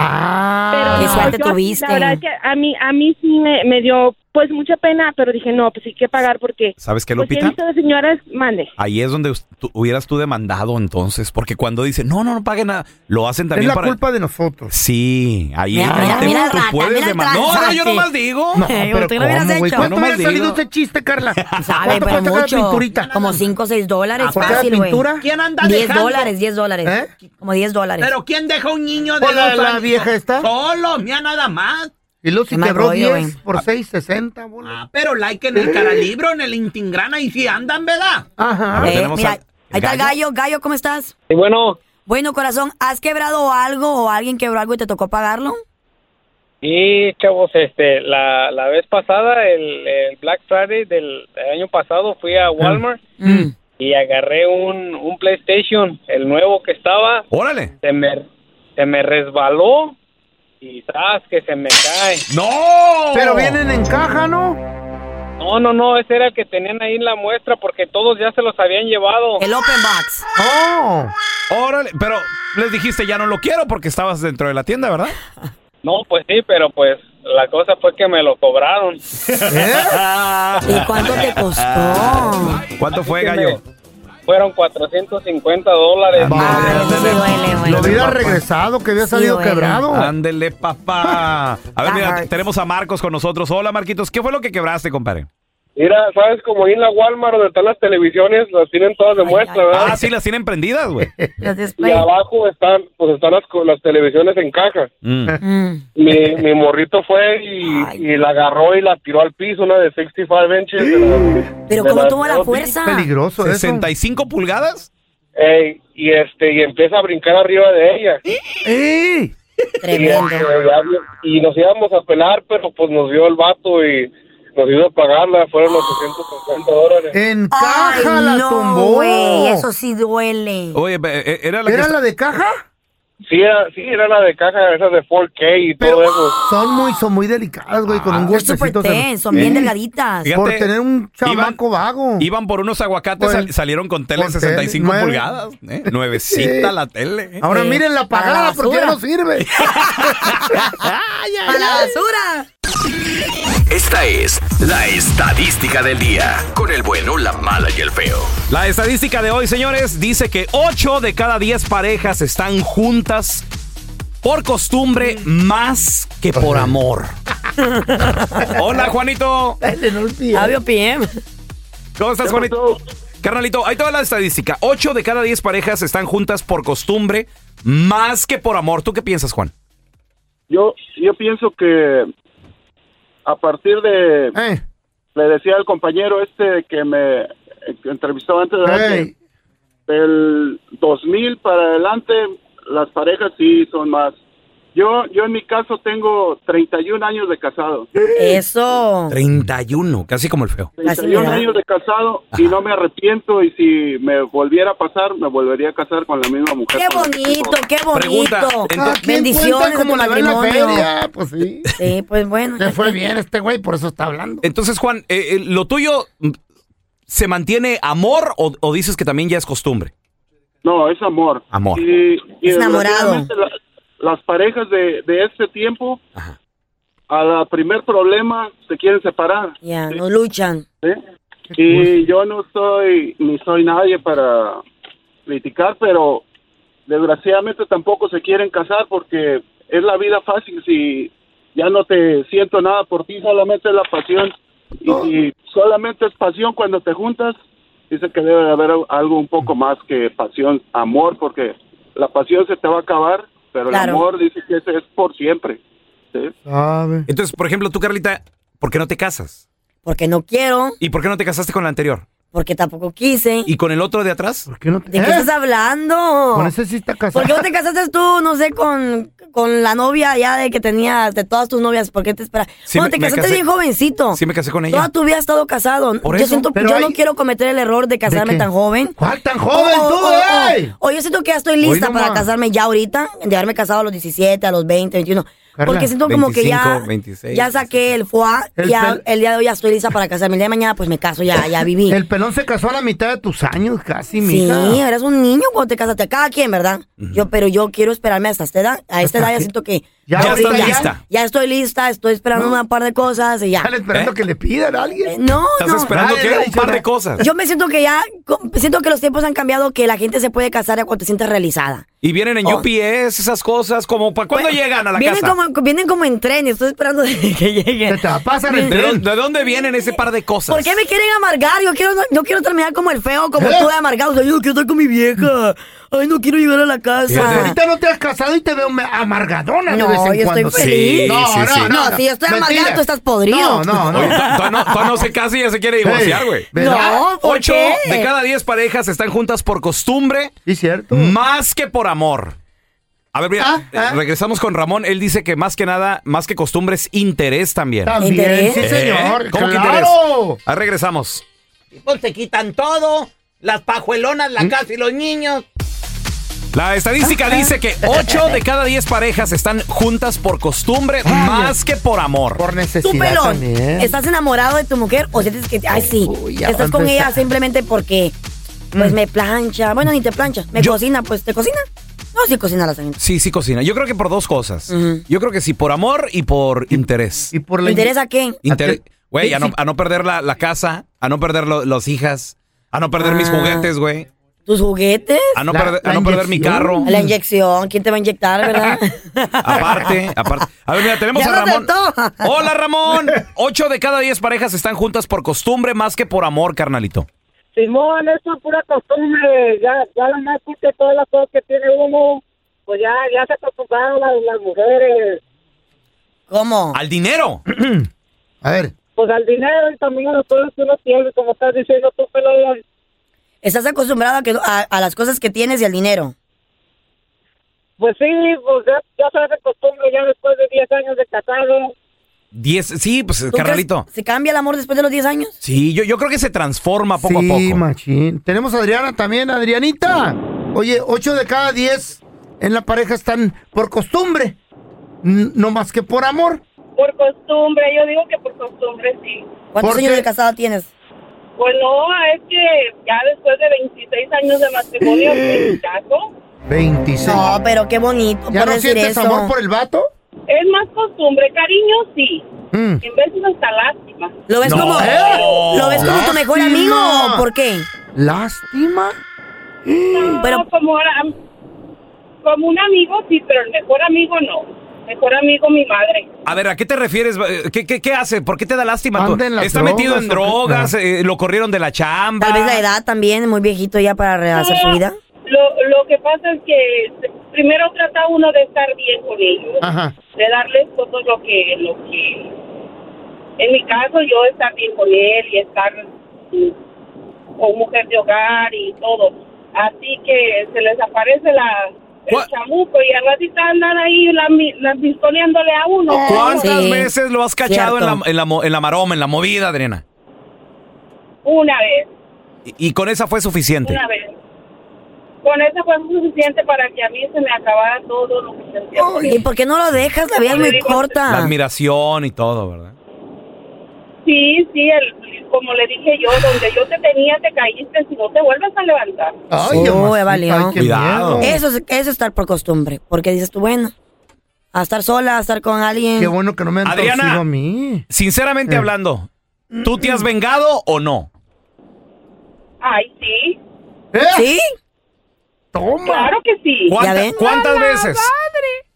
Speaker 4: Qué suerte
Speaker 20: yo sí,
Speaker 4: tuviste.
Speaker 20: La verdad que a mí, a mí sí me, me dio, pues, mucha pena, pero dije, no, pues, hay que pagar porque...
Speaker 7: ¿Sabes qué,
Speaker 20: pues, he
Speaker 7: Lupita?
Speaker 20: visto de señoras, mande.
Speaker 7: Ahí es donde us- tú- hubieras tú demandado entonces, porque cuando dicen, no, no, no paguen nada, lo hacen también
Speaker 5: es la
Speaker 7: para...
Speaker 5: culpa de nosotros.
Speaker 7: Sí, ahí
Speaker 5: Mira,
Speaker 7: ahí
Speaker 5: mira,
Speaker 7: te-
Speaker 5: mira,
Speaker 7: tú
Speaker 5: rata,
Speaker 7: puedes
Speaker 5: mira el
Speaker 7: demandar. No, no, yo
Speaker 5: trasate.
Speaker 7: nomás digo.
Speaker 5: No, pero
Speaker 4: ¿Tú lo hubieras
Speaker 5: ¿cómo, güey?
Speaker 4: hecho?
Speaker 5: ¿Cuánto hubiera salido
Speaker 4: ese
Speaker 5: chiste, Carla?
Speaker 4: (laughs) ¿Sabe,
Speaker 5: ¿Cuánto
Speaker 4: pero
Speaker 5: cuesta cada
Speaker 4: mucho?
Speaker 5: pinturita?
Speaker 4: Como 5 o 6 dólares.
Speaker 8: ¿Por cada
Speaker 4: fácil, güey.
Speaker 8: pintura? ¿Quién anda
Speaker 4: 10
Speaker 8: dejando?
Speaker 4: dólares, 10 dólares. Como 10 dólares.
Speaker 8: ¿Pero quién deja un niño de
Speaker 4: Pues, la-
Speaker 8: dos
Speaker 4: la
Speaker 8: años
Speaker 4: vieja esta.
Speaker 8: Solo, mira nada más.
Speaker 5: Y luego si
Speaker 4: Qué mal
Speaker 5: quebró
Speaker 4: rollo,
Speaker 5: 10
Speaker 4: güey.
Speaker 5: por 6, 60. bol-
Speaker 8: Ah, pero like en el caralibro, en el intingrana, y si andan, ¿verdad?
Speaker 5: Ajá.
Speaker 4: A ver, Eh, tenemos mira, al- Ahí está el gallo. Gallo, ¿cómo estás?
Speaker 23: Y bueno,
Speaker 4: Bueno, corazón, ¿has quebrado algo o alguien quebró algo y te tocó pagarlo?
Speaker 23: Y chavos, este, la, la vez pasada, el, el Black Friday del año pasado, fui
Speaker 7: Ah.
Speaker 23: a Walmart
Speaker 7: Mm.
Speaker 5: Mm.
Speaker 23: y agarré un, un PlayStation, el nuevo que estaba.
Speaker 7: Órale.
Speaker 23: Se me, se me resbaló y ¡zas! que se me cae.
Speaker 7: ¡No!
Speaker 5: Pero vienen en caja, ¿no?
Speaker 23: No, no, no, ese era el que tenían ahí en la muestra porque todos ya se los habían llevado.
Speaker 4: El Open Box.
Speaker 5: ¡Oh!
Speaker 7: Órale, pero les dijiste ya no lo quiero porque estabas dentro de la tienda, ¿verdad?
Speaker 23: No, pues sí, pero pues la cosa fue que me lo cobraron.
Speaker 5: ¿Eh?
Speaker 4: ¿Y cuánto te costó?
Speaker 7: ¿Cuánto fue,
Speaker 23: que
Speaker 7: gallo?
Speaker 23: me- Fueron 450 dólares.
Speaker 5: Ah, Lo hubiera regresado, que hubiera salido quebrado.
Speaker 7: Ándele, papá. A ver,
Speaker 5: That
Speaker 7: mira,
Speaker 5: hurts.
Speaker 7: tenemos a Marcos con nosotros. Hola, Marquitos. ¿Qué fue lo que quebraste, compadre?
Speaker 23: Mira, ¿sabes? Como ahí en la Walmart donde están las televisiones, las tienen todas de muestra, Pues, ¿verdad?
Speaker 7: Ah, sí, las tienen prendidas,
Speaker 4: (laughs)
Speaker 7: güey.
Speaker 23: Y abajo están, pues están las, co- las televisiones en caja.
Speaker 7: Mm.
Speaker 4: Mm.
Speaker 23: (laughs) Mi, mi morrito fue y, y la agarró y la tiró al piso, una de 65 inches. de las- de las dos-
Speaker 5: Peligroso eso.
Speaker 7: 65 pulgadas.
Speaker 23: Ey, y este y empieza a brincar arriba de ella.
Speaker 4: Tremendo.
Speaker 23: Y, este, y nos íbamos a pelar, pero pues nos dio el vato y nos hizo pagarla, fueron los 850 dólares.
Speaker 7: Eh,
Speaker 5: En
Speaker 4: Ay,
Speaker 5: caja la
Speaker 4: no,
Speaker 5: tumbó.
Speaker 4: güey, eso sí duele.
Speaker 7: Oye, pe- eh, era la que
Speaker 5: ¿Era
Speaker 7: esta-
Speaker 5: la de caja?
Speaker 23: Sí, era, sí, era la de caja, esa de 4K y todo eso.
Speaker 5: Son muy, son muy delicadas, güey, con un golpecito. se-
Speaker 4: Ten, son bien
Speaker 5: Sí.
Speaker 4: delgaditas.
Speaker 7: ¿Eh? Fíjate,
Speaker 5: Por tener un chamaco vago.
Speaker 7: Iban por unos aguacates,
Speaker 5: Con-
Speaker 7: sal- salieron con tele
Speaker 5: con tele,
Speaker 7: 65
Speaker 5: nueve.
Speaker 7: pulgadas. ¿eh? Nuevecita
Speaker 5: Sí.
Speaker 7: la tele. ¿eh?
Speaker 5: Ahora miren la
Speaker 4: para la
Speaker 5: pagada porque ya
Speaker 4: basura.
Speaker 5: no
Speaker 4: (laughs)
Speaker 5: sirve.
Speaker 4: ¡A la basura!
Speaker 10: Esta es la estadística del día. Con el bueno, la mala y el feo.
Speaker 7: La estadística de hoy, señores, dice que 8 de cada 10 parejas están juntas por costumbre más que por amor. Hola, Juanito.
Speaker 4: Fabio PM.
Speaker 7: ¿Cómo estás, Juanito? Carnalito, ahí toda la estadística. 8 de cada 10 parejas están juntas por costumbre más que por amor. ¿Tú qué piensas, Juan?
Speaker 23: Yo, yo pienso que a partir de...
Speaker 5: Eh.
Speaker 23: Le decía al compañero este que me entrevistó antes de...
Speaker 5: Ey.
Speaker 23: Del 2000 para adelante, las parejas sí son más. Yo, yo en mi caso tengo 31 años de casado.
Speaker 4: Eso.
Speaker 7: 31, casi como el feo.
Speaker 23: 31 años de casado y no me arrepiento y si me volviera a pasar, me volvería a casar con la misma mujer.
Speaker 4: Qué bonito, qué bonito.
Speaker 7: Pregunta, entonces-
Speaker 4: Bendiciones como
Speaker 5: le va en la
Speaker 4: matrimonio.
Speaker 5: feria? Pues sí.
Speaker 4: Sí, pues bueno.
Speaker 5: Le fue bien este güey, por eso está hablando.
Speaker 7: Entonces, Juan, eh, eh, ¿lo tuyo mm, se mantiene amor o, o dices que también ya es costumbre?
Speaker 23: No, es amor.
Speaker 7: Amor.
Speaker 23: Y, y
Speaker 4: Es enamorado.
Speaker 23: desgraciadamente la- las parejas de, de este tiempo, a la primer problema, se quieren separar.
Speaker 4: Ya, no luchan.
Speaker 23: Y yo no soy, ni soy nadie para criticar, pero desgraciadamente tampoco se quieren casar porque es la vida fácil. Si ya no te siento nada por ti, solamente es la pasión. Y si solamente es pasión cuando te juntas, dice que debe de haber algo un poco más que pasión, amor, porque la pasión se te va a acabar, pero el
Speaker 4: Claro.
Speaker 23: amor dice que ese es por siempre. ¿sí?
Speaker 7: Entonces, por ejemplo, tú, Carlita, ¿por qué no te casas?
Speaker 4: Porque no quiero,
Speaker 7: ¿Y por qué no te casaste con la anterior?
Speaker 4: porque tampoco quise.
Speaker 7: ¿Y con el otro de atrás? ¿Por
Speaker 5: qué no ¿Eh?
Speaker 4: ¿De qué estás hablando?
Speaker 5: Con ese sí está casado.
Speaker 4: ¿Por qué no te casaste tú, no sé, con, con la novia ya de que tenías, de todas tus novias? ¿Por qué te esperas?
Speaker 7: Sí,
Speaker 4: bueno,
Speaker 7: me-
Speaker 4: te
Speaker 7: me
Speaker 4: casaste
Speaker 7: casé-
Speaker 4: bien jovencito.
Speaker 7: Sí, me casé con
Speaker 4: Toda
Speaker 7: ella.
Speaker 4: tu vida has estado casado.
Speaker 7: Por
Speaker 4: yo
Speaker 7: eso.
Speaker 4: siento,
Speaker 7: Pero
Speaker 4: yo
Speaker 7: hay-
Speaker 4: no quiero cometer el error de casarme
Speaker 5: qué?
Speaker 4: tan joven.
Speaker 5: ¿Cuál tan joven
Speaker 4: O- o-
Speaker 5: tú,
Speaker 4: o- o-
Speaker 5: ey?
Speaker 4: o yo siento que ya estoy lista
Speaker 5: Hoy
Speaker 4: para
Speaker 5: nomás.
Speaker 4: casarme ya ahorita, de haberme casado a los 17, a los 20, 21.
Speaker 5: Carla,
Speaker 4: porque siento como que ya,
Speaker 7: 25, 26,
Speaker 4: ya saqué el foie,
Speaker 5: El
Speaker 4: ya
Speaker 5: pel-
Speaker 4: el día de hoy ya estoy lista para casarme. El día de mañana pues me caso, ya, ya viví.
Speaker 5: El pelón se casó a la mitad de tus años, casi, mija.
Speaker 4: Sí, eres un niño cuando te casaste. Cada quien, ¿verdad? Yo, pero yo quiero esperarme hasta esta edad. A esta edad ya siento que.
Speaker 5: Ya
Speaker 4: ahorita
Speaker 5: estás lista.
Speaker 4: Ya estoy lista, estoy esperando una par de cosas y ya. ¿Eh?
Speaker 5: Están esperando que le pidan a alguien.
Speaker 4: No,
Speaker 7: ¿Estás
Speaker 4: no.
Speaker 7: esperando
Speaker 5: Ay,
Speaker 7: qué?
Speaker 5: ay,
Speaker 7: Un par de cosas.
Speaker 4: Yo me siento que ya. co- Siento que los tiempos han cambiado, que la gente se puede casar ya cuando te sientes realizada.
Speaker 7: Y vienen en
Speaker 4: Oh.
Speaker 7: UPS, esas cosas, como ¿para cuándo llegan a la
Speaker 4: vienen
Speaker 7: casa?
Speaker 4: Como, (laughs) vienen como en tren y estoy esperando que lleguen.
Speaker 5: Te va a pasar
Speaker 7: ¿De, dó- de dónde vienen ese par de cosas?
Speaker 4: ¿Por qué me quieren amargar? Yo quiero, yo quiero terminar como el feo, como tú de amargado. O sea, yo quiero estar con mi vieja. Ay, no quiero llegar a la casa.
Speaker 5: Pues, Ahorita no te has casado y te veo me- amargadona de
Speaker 4: No,
Speaker 5: vez en
Speaker 4: yo estoy
Speaker 5: cuando.
Speaker 4: feliz. Sí,
Speaker 5: no,
Speaker 4: sí,
Speaker 5: no,
Speaker 4: sí.
Speaker 5: no,
Speaker 4: No, si yo estoy amargada,
Speaker 5: Mentira.
Speaker 4: tú estás podrido.
Speaker 5: No, no, no.
Speaker 7: Oye, to- to- no, to- no se casa y ya se quiere divorciar,
Speaker 5: Ey,
Speaker 7: güey.
Speaker 5: ¿verdad?
Speaker 4: No, ¿por
Speaker 7: Ocho
Speaker 4: qué?
Speaker 7: de cada diez parejas están juntas por costumbre
Speaker 5: Sí, cierto.
Speaker 7: más que por amor. A ver, mira,
Speaker 5: Ah,
Speaker 7: eh,
Speaker 5: ah.
Speaker 7: regresamos con Ramón. Él dice que más que nada, más que costumbre, es interés también. ¿Eh?
Speaker 5: También, ¿Interés? sí, señor,
Speaker 7: ¿Cómo que interés?
Speaker 5: claro.
Speaker 7: Ahí regresamos.
Speaker 8: Pues te quitan todo, las pajuelonas,
Speaker 5: ¿Mm?
Speaker 8: la casa y los niños.
Speaker 7: La
Speaker 4: Ah,
Speaker 7: estadística dice que 8 de cada 10 parejas están juntas por costumbre más que por amor. Por
Speaker 4: Tú,
Speaker 7: necesidad
Speaker 4: pelón, ¿estás enamorado de tu mujer o sientes que, ay, sí,
Speaker 7: ya
Speaker 4: estás
Speaker 7: va
Speaker 4: con
Speaker 7: a empezar. Mm.
Speaker 4: ella simplemente porque, pues, me plancha, bueno, ni te plancha, me cocina, pues, ¿te cocina? No, sí cocina la señora.
Speaker 7: Sí, sí cocina. Yo creo que por dos cosas. Yo creo que sí, por amor y por interés. ¿Y por
Speaker 4: la- ¿Interés a quién? ¿A
Speaker 7: Interés.
Speaker 4: qué?
Speaker 7: Güey,
Speaker 4: Sí,
Speaker 7: a, no,
Speaker 4: sí.
Speaker 7: a no perder la, la casa, a no perder lo- los hijas, a no perder mis
Speaker 4: Ah.
Speaker 7: juguetes, güey.
Speaker 4: ¿Tus juguetes?
Speaker 7: A no La- perder- a la no perder mi inyección. carro.
Speaker 4: La inyección, ¿quién te va a inyectar, verdad?
Speaker 7: (laughs)
Speaker 4: (laughs)
Speaker 7: Aparte, aparte. A ver, mira, tenemos
Speaker 4: Ya
Speaker 7: a
Speaker 4: lo
Speaker 7: Ramón.
Speaker 4: aceptó. (laughs)
Speaker 7: Hola, Ramón. 8 de cada 10 parejas están juntas por costumbre más que por amor, carnalito.
Speaker 22: Simón, eso es pura costumbre, ya, ya lo más que todas las cosas que tiene uno, pues ya, ya se acostumbraron las, las mujeres,
Speaker 4: ¿Cómo?
Speaker 7: Al dinero.
Speaker 5: A ver.
Speaker 22: pues al dinero y también a las cosas que uno tiene, como estás diciendo tú, pelón.
Speaker 4: ¿Estás acostumbrado a, que, a, a las cosas que tienes y al dinero?
Speaker 22: Pues sí, pues ya, ya se hace costumbre ya después de 10 años de casado.
Speaker 7: 10, sí, pues
Speaker 4: ¿Tú
Speaker 7: carnalito.
Speaker 4: crees- ¿Se cambia el amor después de los 10 años?
Speaker 7: Sí, yo, yo creo que se transforma poco
Speaker 5: sí,
Speaker 7: a poco.
Speaker 5: machín. Tenemos a Adriana también, Adrianita. Oye, 8 de cada 10 en la pareja están por costumbre, n- no más que por amor.
Speaker 22: Por costumbre, yo digo que por costumbre sí.
Speaker 4: ¿Cuántos años de casada tienes?
Speaker 22: Pues no, es que ya después de 26 años de matrimonio, pues caso.
Speaker 5: 26.
Speaker 4: No, pero qué bonito
Speaker 22: ¿Ya
Speaker 4: por
Speaker 22: no
Speaker 4: decir
Speaker 22: sientes
Speaker 4: eso.
Speaker 22: amor por
Speaker 5: el vato?
Speaker 22: Es más costumbre, cariño sí.
Speaker 5: Mm.
Speaker 22: En vez de hasta lástima.
Speaker 4: ¿Lo ves
Speaker 5: No.
Speaker 4: como
Speaker 5: ¿Eh?
Speaker 4: lo ves como tu mejor
Speaker 22: Lástima.
Speaker 4: amigo o por qué?
Speaker 5: Lástima.
Speaker 22: pero como ahora- como un amigo sí, pero el mejor amigo no. Mejor amigo mi madre.
Speaker 7: A ver, ¿a qué te refieres? Eh, ¿Qué, qué, qué hace? ¿Por qué te da lástima? tú?
Speaker 5: Anda en las
Speaker 7: Está
Speaker 5: drogas,
Speaker 7: metido en
Speaker 5: ¿o qué? Ah.
Speaker 7: drogas, eh, lo corrieron de la chamba.
Speaker 4: Tal vez la edad también, muy viejito ya para rehacer su vida.
Speaker 22: Lo, lo que pasa es que primero trata uno de estar bien con ellos,
Speaker 5: Ajá.
Speaker 22: de darles todo lo que lo que en mi caso yo estar bien con él y estar mm, con mujer de hogar y todo. Así que se les aparece la el chamuco y al ratito andan ahí lami- lambistoneándole a uno.
Speaker 7: ¿Cuántas veces lo has cachado en la, en, la, mo- en la maroma, en la movida, Adriana?
Speaker 22: Una vez.
Speaker 7: Y, y con esa fue suficiente.
Speaker 22: Una vez. Con eso fue suficiente para que a mí se me acabara todo lo que sentía. por él.
Speaker 4: Oh, ¿Y por qué no lo dejas? La vida es muy
Speaker 7: La
Speaker 4: corta.
Speaker 7: admiración y todo, ¿verdad?
Speaker 22: Sí, sí, el, como le dije yo, donde yo te tenía te caíste, si no te vuelves a levantar.
Speaker 7: Ah.
Speaker 4: Ay, oh, ya valió.
Speaker 7: ay, qué Cuidado. miedo.
Speaker 4: Eso es, eso es estar por costumbre, porque dices tú, bueno, a estar sola, a estar con alguien.
Speaker 5: Qué bueno que no me han
Speaker 7: Adriana.
Speaker 5: torcido a mí.
Speaker 7: Sinceramente
Speaker 5: Eh.
Speaker 7: hablando, ¿tú te has vengado o no?
Speaker 22: Ay, sí.
Speaker 4: ¿Sí?
Speaker 5: Toma.
Speaker 22: Claro que sí.
Speaker 7: ¿Eh? ¿Cuánta- ¿Cuántas veces?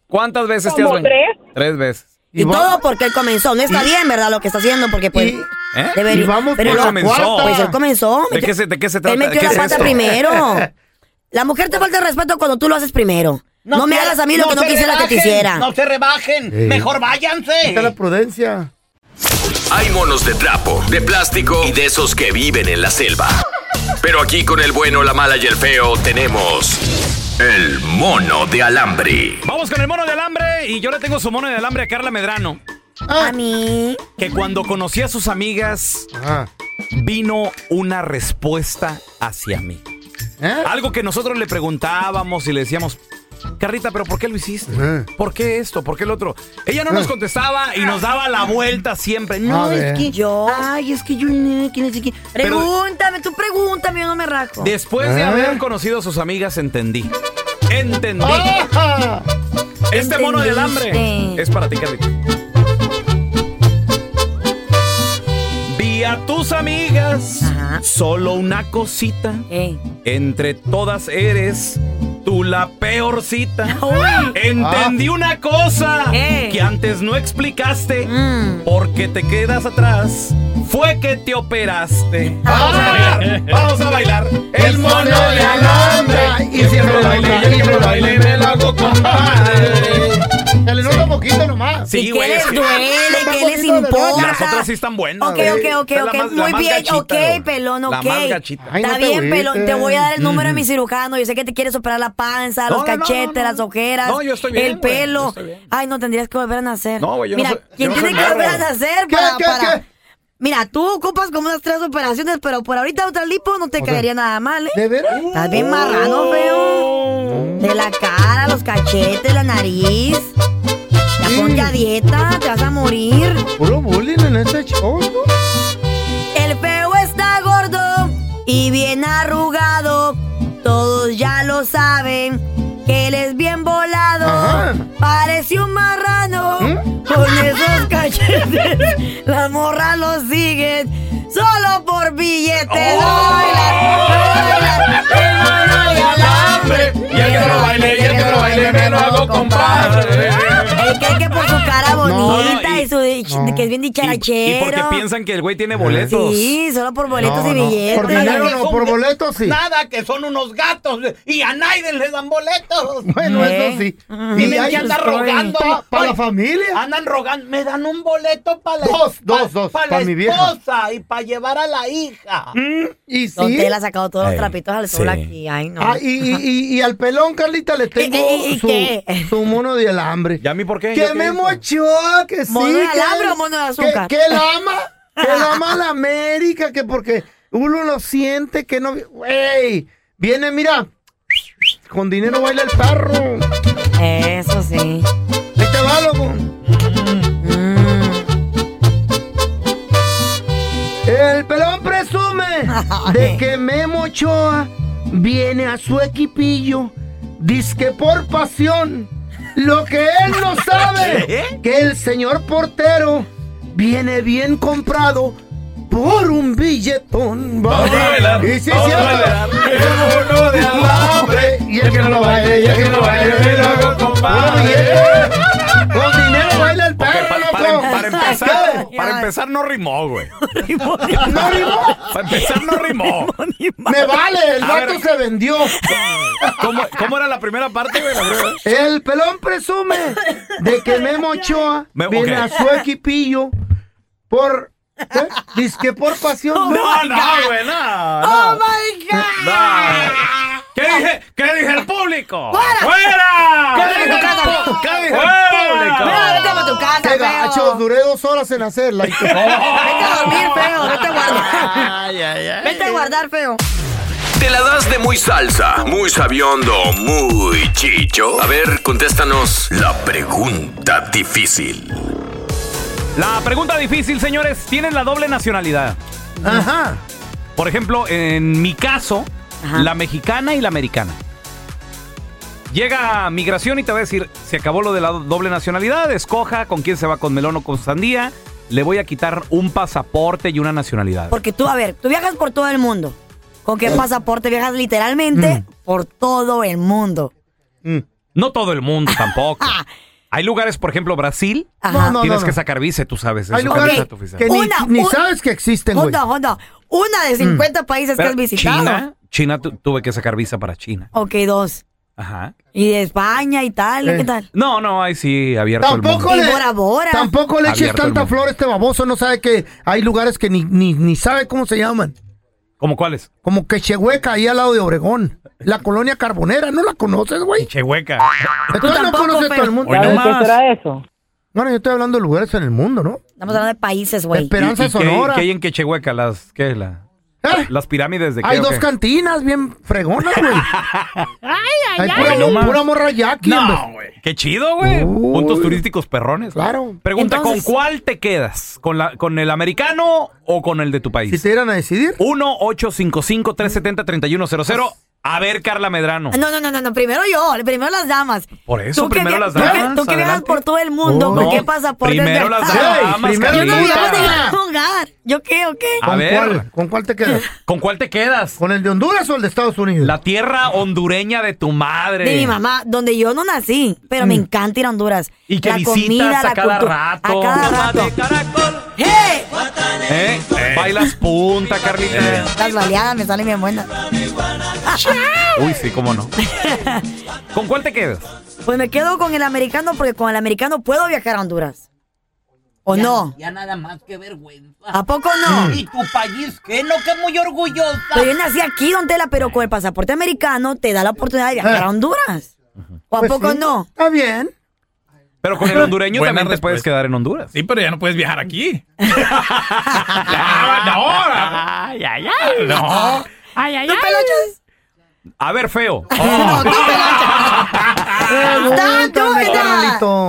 Speaker 7: ¿Cuántas veces te has
Speaker 4: Como
Speaker 7: vengado? Tres veces.
Speaker 4: Y todo porque él comenzó. No está bien, ¿verdad? Lo que está haciendo, porque pues...
Speaker 7: ¿Eh?
Speaker 4: debería- pero
Speaker 7: Él
Speaker 4: lo-
Speaker 7: comenzó.
Speaker 4: Pues él comenzó.
Speaker 7: ¿De qué se, de qué se trata?
Speaker 4: Él metió
Speaker 7: ¿Qué
Speaker 4: la
Speaker 7: es
Speaker 4: pata
Speaker 7: esto?
Speaker 4: primero. La mujer te falta el respeto cuando tú lo haces primero. No, me
Speaker 8: se-
Speaker 4: hagas a mí lo que no
Speaker 8: se
Speaker 4: quisiera que te
Speaker 8: rebajen,
Speaker 4: hiciera.
Speaker 8: No se rebajen,
Speaker 10: Sí.
Speaker 8: mejor váyanse.
Speaker 5: Quita la prudencia.
Speaker 10: Hay monos de trapo, de plástico y de esos que viven en la selva. Pero aquí con el bueno, la mala y el feo tenemos el mono de alambre.
Speaker 7: Vamos con el mono de alambre y yo le tengo su mono de alambre a Carla Medrano.
Speaker 4: A mí.
Speaker 7: Que cuando conocí a sus amigas, vino una respuesta hacia mí. Algo que nosotros le preguntábamos y le decíamos, Carrita, ¿pero por qué lo hiciste? ¿Por qué esto? ¿Por qué el otro? Ella no nos contestaba y nos daba la vuelta siempre. No, es que
Speaker 4: yo. Ay, es que yo. no, que no sé qué.
Speaker 7: Pero-
Speaker 4: Pregúntame, tú pregúntame, yo no me rajo.
Speaker 7: Después de
Speaker 4: ¿Eh?
Speaker 7: haber conocido a sus amigas, entendí. Entendí. Este mono de alambre
Speaker 4: Oh, Entendiste.
Speaker 7: es para ti, Carlita. Vi a tus amigas, solo una cosita. Entre todas eres tú la peorcita. Entendí una cosa
Speaker 8: Ah. ¿Qué?
Speaker 7: que antes no explicaste. Porque te quedas atrás. Fue que te operaste. Vamos a bailar. Vamos a bailar. El mono de alambre. Y siempre lo bailé, y siempre lo bailé, me lo hago compadre.
Speaker 5: Se le nota poquito nomás.
Speaker 4: Sí, ¿Y qué güey, les es que- duele? ¿Qué les importa?
Speaker 7: Las otras sí están buenas.
Speaker 4: Ok,
Speaker 7: güey.
Speaker 4: ok, ok,
Speaker 7: Esta es la
Speaker 4: ok.
Speaker 7: más- la
Speaker 4: Muy
Speaker 7: más
Speaker 4: bien,
Speaker 7: gachita,
Speaker 4: ok,
Speaker 7: güey.
Speaker 4: pelón, ok.
Speaker 7: La más gachita. Ay, no
Speaker 4: Está
Speaker 7: te
Speaker 4: bien, pelón. Te
Speaker 7: agüites.
Speaker 4: voy a dar el número de mi
Speaker 7: Ujú.
Speaker 4: cirujano. Yo sé que te quieres operar la panza, los
Speaker 7: No, no, no,
Speaker 4: cachetes,
Speaker 7: no, no.
Speaker 4: las ojeras,
Speaker 7: No, yo estoy bien,
Speaker 4: el
Speaker 7: güey, yo
Speaker 4: pelo.
Speaker 7: estoy bien.
Speaker 4: Ay, no tendrías que volver a nacer.
Speaker 7: No, güey, yo no
Speaker 4: Mira,
Speaker 7: soy-
Speaker 4: ¿quién
Speaker 7: yo no
Speaker 4: tiene
Speaker 7: soy
Speaker 4: que volver a
Speaker 7: morro.
Speaker 4: nacer
Speaker 7: ¿Qué,
Speaker 4: para,
Speaker 7: qué,
Speaker 4: para- Mira, tú ocupas como unas tres operaciones, pero por ahorita otra lipo no te
Speaker 5: O sea,
Speaker 4: caería nada mal, ¿eh?
Speaker 5: ¿De veras?
Speaker 4: Estás bien
Speaker 7: Oh.
Speaker 4: marrano, feo. De la cara, los cachetes, la nariz. Ya ponte a dieta, te vas a morir.
Speaker 5: Puro bullying en este show, ¿no?
Speaker 4: El feo está gordo y bien arrugado. Todos ya lo saben que él es bien volado. Parece un marrano
Speaker 5: ¿Mm?
Speaker 4: con esos cachetes. Las morras lo siguen solo por
Speaker 1: Oh.
Speaker 4: billetes.
Speaker 1: Y el que lo baile, y el que lo baile, me lo hago compadre.
Speaker 4: El que, que por su cara bonita y, su dich- que es bien
Speaker 7: Y
Speaker 4: dicharachero.
Speaker 7: porque piensan que el güey tiene boletos.
Speaker 4: Sí, solo por boletos y billetes.
Speaker 5: por boletos sí.
Speaker 8: Nada, que son unos gatos y a Naiden les dan boletos.
Speaker 5: Bueno,
Speaker 4: ¿Eh?
Speaker 5: eso sí.
Speaker 8: Tienen
Speaker 5: ahí
Speaker 8: que andar
Speaker 5: estoy.
Speaker 8: rogando.
Speaker 5: Pa- para la
Speaker 8: Oye,
Speaker 5: familia.
Speaker 8: Andan rogando. Me dan un boleto para la
Speaker 5: Dos, dos, dos,
Speaker 8: Para
Speaker 5: pa'
Speaker 8: la
Speaker 5: mi vieja. ¿Mm?
Speaker 8: esposa y para llevar a la hija.
Speaker 5: y
Speaker 4: Don
Speaker 5: sí.
Speaker 4: Tela ha sacado todos los
Speaker 5: Ey,
Speaker 4: trapitos al sol
Speaker 5: sí.
Speaker 4: aquí. Ay, no.
Speaker 5: Ah,
Speaker 4: (laughs)
Speaker 5: y, y, y- y al pelón, Carlita, le tengo
Speaker 4: ¿Y- y- y qué?
Speaker 5: su, su mono de alambre. ¿Ya
Speaker 7: a mí por qué?
Speaker 5: Que me mochó, que sí.
Speaker 4: ¿Mono de
Speaker 5: que-
Speaker 4: alambre o mono de azúcar?
Speaker 5: Que, que él ama, que él
Speaker 4: (laughs)
Speaker 5: ama a la América, que porque uno lo siente, que no... ¡Ey! Viene, mira, con dinero baila el perro.
Speaker 4: Eso sí.
Speaker 5: Ahí te va, loco. Mm. El pelón presume
Speaker 1: (laughs)
Speaker 5: de que Memo Ochoa viene a su equipillo. Disque por pasión. Lo que él
Speaker 1: (laughs)
Speaker 5: no sabe, que el señor portero viene bien comprado por un billetón.
Speaker 1: Vamos a bailar,
Speaker 5: Y sí,
Speaker 1: vamos
Speaker 5: cierto.
Speaker 1: a bailar. El mono de alambre,
Speaker 5: Y el que no lo baile, y el que no lo baile, me lo hago compadre. Con dinero baila el perro,
Speaker 7: Para,
Speaker 5: loco.
Speaker 7: para empezar, para empezar no
Speaker 8: (laughs)
Speaker 7: rimó, güey.
Speaker 5: ¿No rimó?
Speaker 7: Para empezar no rimó.
Speaker 5: Me vale, el
Speaker 7: A
Speaker 5: gato
Speaker 7: ver.
Speaker 5: se vendió.
Speaker 7: ¿Cómo, cómo era la primera parte, güey? La primera-
Speaker 5: El pelón presume de
Speaker 4: (laughs)
Speaker 5: que Memo Ochoa
Speaker 7: Me-
Speaker 5: viene
Speaker 7: ok.
Speaker 5: a su equipillo por. ¿eh? Dizque por
Speaker 4: (laughs)
Speaker 5: pasión.
Speaker 7: No, no, güey, no, no.
Speaker 4: ¡Oh, my God!
Speaker 7: ¿Qué dije? ¿Qué dije el público?
Speaker 1: ¡Fuera!
Speaker 7: ¡Fuera!
Speaker 1: ¿Qué dijo el público?
Speaker 7: ¿Qué dijo el
Speaker 5: ¡Fuera!
Speaker 7: público?
Speaker 4: Mira, vete pa' tu casa,
Speaker 5: Qué
Speaker 4: feo.
Speaker 5: gacho, duré dos horas en hacerla. vete
Speaker 7: (laughs)
Speaker 5: a
Speaker 4: dormir, feo, vete
Speaker 1: (laughs)
Speaker 4: a guardar.
Speaker 5: Ay, ay, ay.
Speaker 4: Vete a guardar, feo.
Speaker 10: ¿Te la das de muy salsa, muy sabiondo, muy chicho? A ver, contéstanos la pregunta difícil.
Speaker 7: La pregunta difícil, señores, ¿tienen la doble nacionalidad?
Speaker 5: Ajá.
Speaker 7: Por ejemplo, en mi caso, la mexicana y la americana. Llega migración y te va a decir, se acabó lo de la doble nacionalidad, escoja con quién se va con melón o con sandía, le voy a quitar un pasaporte y una nacionalidad.
Speaker 4: Porque tú, a ver, tú viajas por todo el mundo. ¿Con qué pasaporte viajas literalmente? Por todo el mundo.
Speaker 7: No todo el mundo
Speaker 4: (laughs)
Speaker 7: tampoco. Hay lugares, por ejemplo, Brasil,
Speaker 4: Ajá. No, no,
Speaker 7: tienes
Speaker 4: no,
Speaker 7: que
Speaker 4: no.
Speaker 7: sacar visa, tú sabes.
Speaker 4: Hay
Speaker 7: eso,
Speaker 4: lugares
Speaker 7: camisa tu visa.
Speaker 5: Que ni,
Speaker 4: Una,
Speaker 5: ni
Speaker 4: un-
Speaker 5: sabes que existen, güey. Mm.
Speaker 4: Honda, Honda. Una de 50 países que
Speaker 7: Pero
Speaker 4: has visitado.
Speaker 7: China, China tu- tuve que sacar visa para China.
Speaker 4: Ok, dos.
Speaker 7: Ajá.
Speaker 4: Y de España, Italia, ¿qué tal?
Speaker 7: No, no, ahí sí, abierto
Speaker 5: Eh. Tampoco
Speaker 7: el
Speaker 5: le,
Speaker 7: mundo.
Speaker 4: Bora Bora.
Speaker 5: tampoco le eches
Speaker 7: Abierto el
Speaker 5: tanta
Speaker 7: mundo.
Speaker 5: flor a este baboso. No sabe que hay lugares que ni, ni, ni sabe cómo se llaman.
Speaker 7: ¿Cómo cuáles?
Speaker 5: Como que Chehueca, ahí al lado de Obregón. La colonia carbonera, ¿no la conoces, güey?
Speaker 7: Chehueca.
Speaker 5: Entonces no conoces todo el mundo.
Speaker 7: Hoy no más.
Speaker 5: eso? Bueno, yo estoy hablando de lugares en el mundo, ¿no?
Speaker 4: Estamos hablando de países, güey.
Speaker 7: ¿Y- y qué- ¿Qué hay en Quechehueca? Las, ¿qué es la? Las pirámides de qué
Speaker 5: ¿Eh? Hay
Speaker 7: o
Speaker 5: dos
Speaker 7: qué?
Speaker 5: cantinas bien fregonas, güey. Hay
Speaker 7: (laughs) ay.
Speaker 5: pura,
Speaker 7: Bueno, más.
Speaker 5: pura morra yaqui.
Speaker 7: No,
Speaker 5: hombre.
Speaker 7: güey. Qué chido, güey. Puntos turísticos perrones.
Speaker 5: Claro.
Speaker 7: Pregunta,
Speaker 5: Entonces-
Speaker 7: ¿con cuál te quedas? ¿Con, la, ¿Con el americano o con el de tu país? Si
Speaker 5: te dieran a decidir.
Speaker 7: 1-855-370-3100. A ver, Carla Medrano.
Speaker 4: Pues- Ah, No, no, no, no, no, primero yo, primero las damas.
Speaker 7: Por eso,
Speaker 4: Tú que
Speaker 7: primero
Speaker 4: vi-
Speaker 7: las
Speaker 4: tú que-
Speaker 7: damas,
Speaker 4: Tú que viajas
Speaker 7: adelante.
Speaker 4: por todo el mundo,
Speaker 7: Oh.
Speaker 4: ¿con
Speaker 7: No,
Speaker 4: qué pasaporte? (laughs)
Speaker 7: primero las
Speaker 4: viajas?
Speaker 7: damas, Ey, primero
Speaker 4: Yo no
Speaker 7: Carlita.
Speaker 4: viajo de ningún lugar. ¿Yo qué o qué?
Speaker 7: A ver.
Speaker 5: ¿Cuál? ¿Con cuál te quedas?
Speaker 7: ¿Con cuál te quedas?
Speaker 5: ¿Con el de Honduras o el de Estados Unidos?
Speaker 7: La tierra hondureña de tu madre.
Speaker 4: De mi mamá, donde yo no nací, pero me encanta ir a Honduras.
Speaker 7: Y que
Speaker 4: la
Speaker 7: visitas
Speaker 4: comida,
Speaker 7: a
Speaker 4: la
Speaker 7: cada
Speaker 4: cultura.
Speaker 7: rato.
Speaker 4: A cada
Speaker 7: Mamá
Speaker 4: rato.
Speaker 7: de ¿Eh? Bailas
Speaker 11: Eh.
Speaker 7: punta, Carlita.
Speaker 4: Las baleadas me salen bien buenas.
Speaker 7: Uy, sí, cómo no. ¿Con cuál te quedas?
Speaker 4: (laughs) Pues me quedo con el americano porque con el americano puedo viajar a Honduras. ¿O
Speaker 8: Ya-
Speaker 4: no?
Speaker 8: Ya nada más que vergüenza. Mm.
Speaker 4: ¿A poco no?
Speaker 8: ¿Y tu país qué? No, que muy orgullosa.
Speaker 4: Pero yo nací aquí, Don Tela, pero con el pasaporte americano te da la oportunidad de viajar a Honduras. ¿O a
Speaker 5: Pues
Speaker 4: poco
Speaker 5: sí,
Speaker 4: no?
Speaker 5: Está bien.
Speaker 7: Pero con el hondureño
Speaker 11: Buena
Speaker 7: también te puedes quedar en Honduras.
Speaker 11: Sí, pero ya no puedes viajar aquí.
Speaker 7: Ah,
Speaker 11: no, ay, ay, ay.
Speaker 4: Ah.
Speaker 11: No.
Speaker 4: Ay, ay, ay. pelochas?
Speaker 7: A ver,
Speaker 4: (laughs)
Speaker 7: feo. Ah.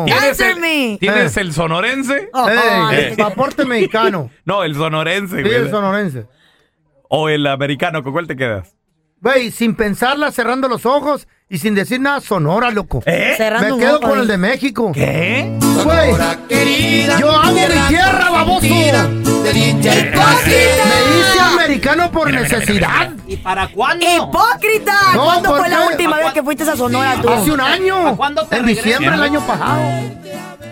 Speaker 7: ¿Tienes
Speaker 4: Answer
Speaker 7: el,
Speaker 4: me.
Speaker 5: Eh.
Speaker 7: ¿Tienes el sonorense?
Speaker 4: Oh, oh,
Speaker 7: Eh.
Speaker 5: el pasaporte
Speaker 7: (laughs)
Speaker 5: mexicano.
Speaker 7: No, el sonorense,
Speaker 5: Sí,
Speaker 7: güey.
Speaker 5: el sonorense.
Speaker 7: O el americano, ¿con cuál te quedas?
Speaker 5: Güey, sin pensarla, cerrando los ojos y sin decir nada, Sonora, loco.
Speaker 7: Cerrando
Speaker 5: Me
Speaker 7: un
Speaker 5: quedo
Speaker 7: ojo
Speaker 5: con
Speaker 7: ahí.
Speaker 5: el de México.
Speaker 7: ¿Qué?
Speaker 5: Güey, yo amo mi tierra, baboso.
Speaker 4: ¡Hipócrita!
Speaker 5: Me hice americano por necesidad.
Speaker 8: ¿Y para cuándo?
Speaker 4: ¡Hipócrita!
Speaker 5: No,
Speaker 4: ¿Cuándo
Speaker 5: ¿por
Speaker 4: fue la
Speaker 5: qué?
Speaker 4: última
Speaker 5: ¿A
Speaker 4: vez que fuiste a Sonora tú?
Speaker 5: Hace un año. En diciembre del año pasado.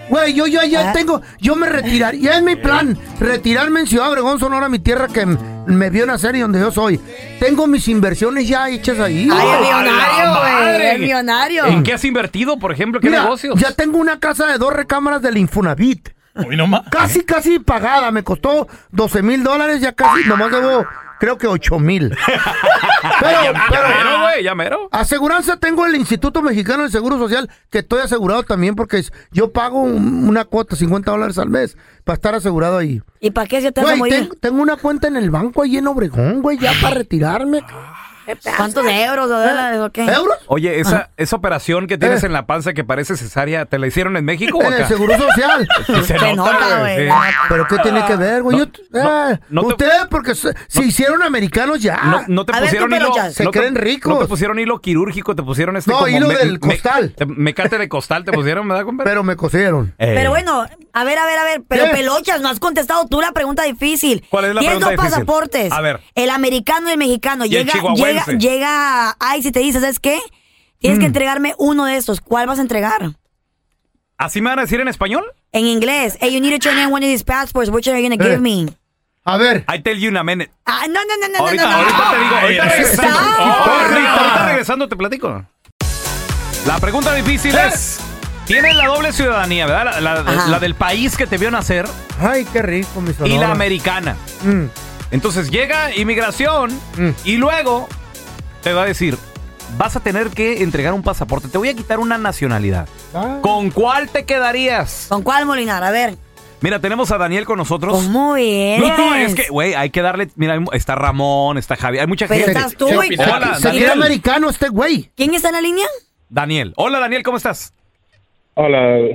Speaker 5: Güey, yo, yo
Speaker 4: Ah.
Speaker 5: ya tengo, yo me retirar, ya es mi plan, retirarme en Ciudad Obregón, Sonora, mi tierra que m- me vio nacer y donde yo soy. Tengo mis inversiones ya hechas ahí.
Speaker 4: Ay, es millonario, güey.
Speaker 7: madre!
Speaker 4: Es millonario.
Speaker 7: ¿En qué has invertido, por ejemplo? ¿Qué
Speaker 5: Mira,
Speaker 7: negocios?
Speaker 5: ya tengo una casa de dos recámaras del Infonavit. Casi, casi pagada. Me costó 12 mil dólares, ya casi, nomás debo, creo que 8 (laughs) mil. pero, pero,
Speaker 7: Llamero, güey, llamero.
Speaker 5: Aseguranza tengo el Instituto Mexicano del Seguro Social, que estoy asegurado también porque es- yo pago un- una cuota, 50 dólares al mes, para estar asegurado ahí.
Speaker 4: ¿Y para qué se te vas a
Speaker 5: Güey,
Speaker 4: morir?
Speaker 5: tengo, tengo una cuenta en el banco ahí en Obregón, güey, ya para retirarme.
Speaker 4: ¿Cuántos euros o dólares o qué?
Speaker 5: ¿Euros?
Speaker 7: Oye, esa, esa operación que tienes en la panza que parece cesárea, ¿te la hicieron en México o
Speaker 5: Eh. En el
Speaker 7: acá?
Speaker 5: Seguro Social.
Speaker 7: (laughs)
Speaker 5: Ah,
Speaker 7: Sí, se Se nota, nota, güey, güey, sí.
Speaker 5: Pero ¿qué tiene que ver, güey? Yo- eh, Ustedes, porque se, se hicieron americanos ya.
Speaker 7: No, no te pusieron hilo.
Speaker 5: Se
Speaker 7: no te-
Speaker 5: creen ricos.
Speaker 7: No te pusieron hilo quirúrgico, te pusieron este.
Speaker 5: No,
Speaker 7: como
Speaker 5: hilo del costal.
Speaker 7: te- mecate de costal te pusieron, ¿verdad, compadre? Eh.
Speaker 5: Pero me cosieron.
Speaker 4: Pero bueno, a ver, a ver, a ver, pero pelochas, no has contestado tú la pregunta difícil.
Speaker 7: ¿Cuál es la
Speaker 4: Tienes
Speaker 7: pregunta
Speaker 4: dos
Speaker 7: difícil?
Speaker 4: pasaportes.
Speaker 7: A ver.
Speaker 4: El americano y el mexicano.
Speaker 7: Y el
Speaker 4: llega, llega,
Speaker 7: chihuahuense. Mm.
Speaker 4: llega, ay, si te dices, ¿sabes qué? Tienes que entregarme uno de estos. ¿Cuál vas a entregar?
Speaker 7: ¿Así me van a decir en español?
Speaker 4: En inglés. Hey, you need to turn in one of these passports. Which are you going to
Speaker 7: Eh.
Speaker 4: give me?
Speaker 5: A ver.
Speaker 7: I tell you in a minute.
Speaker 4: Ah, no, no, no, no,
Speaker 7: ahorita,
Speaker 4: no, no.
Speaker 7: ahorita te digo, eh, ahorita
Speaker 4: Ay,
Speaker 7: regresando.
Speaker 4: stop.
Speaker 7: Ahorita, ahorita regresando te platico. La pregunta difícil es: ¿Tienes la doble ciudadanía, verdad? La, la-
Speaker 5: Ajá.
Speaker 7: la del país que te vio nacer
Speaker 5: Ay, qué rico, mi sonora.
Speaker 7: y la americana.
Speaker 5: Mm.
Speaker 7: Entonces llega inmigración y luego te va a decir, vas a tener que entregar un pasaporte, te voy a quitar una nacionalidad. ¿Con cuál te quedarías?
Speaker 4: ¿Con cuál, Molinar? A ver.
Speaker 7: Mira, tenemos a Daniel con nosotros.
Speaker 4: ¿Cómo eres?
Speaker 7: No, no, es que, güey, hay que darle. Mira, está Ramón, está Javier, hay mucha
Speaker 4: Pero
Speaker 7: gente.
Speaker 4: estás tú, güey.
Speaker 7: Hola,
Speaker 5: Se cree
Speaker 7: Daniel.
Speaker 5: americano este güey.
Speaker 4: ¿Quién está en la línea?
Speaker 7: Daniel. Hola, Daniel, ¿cómo estás?
Speaker 14: Hola,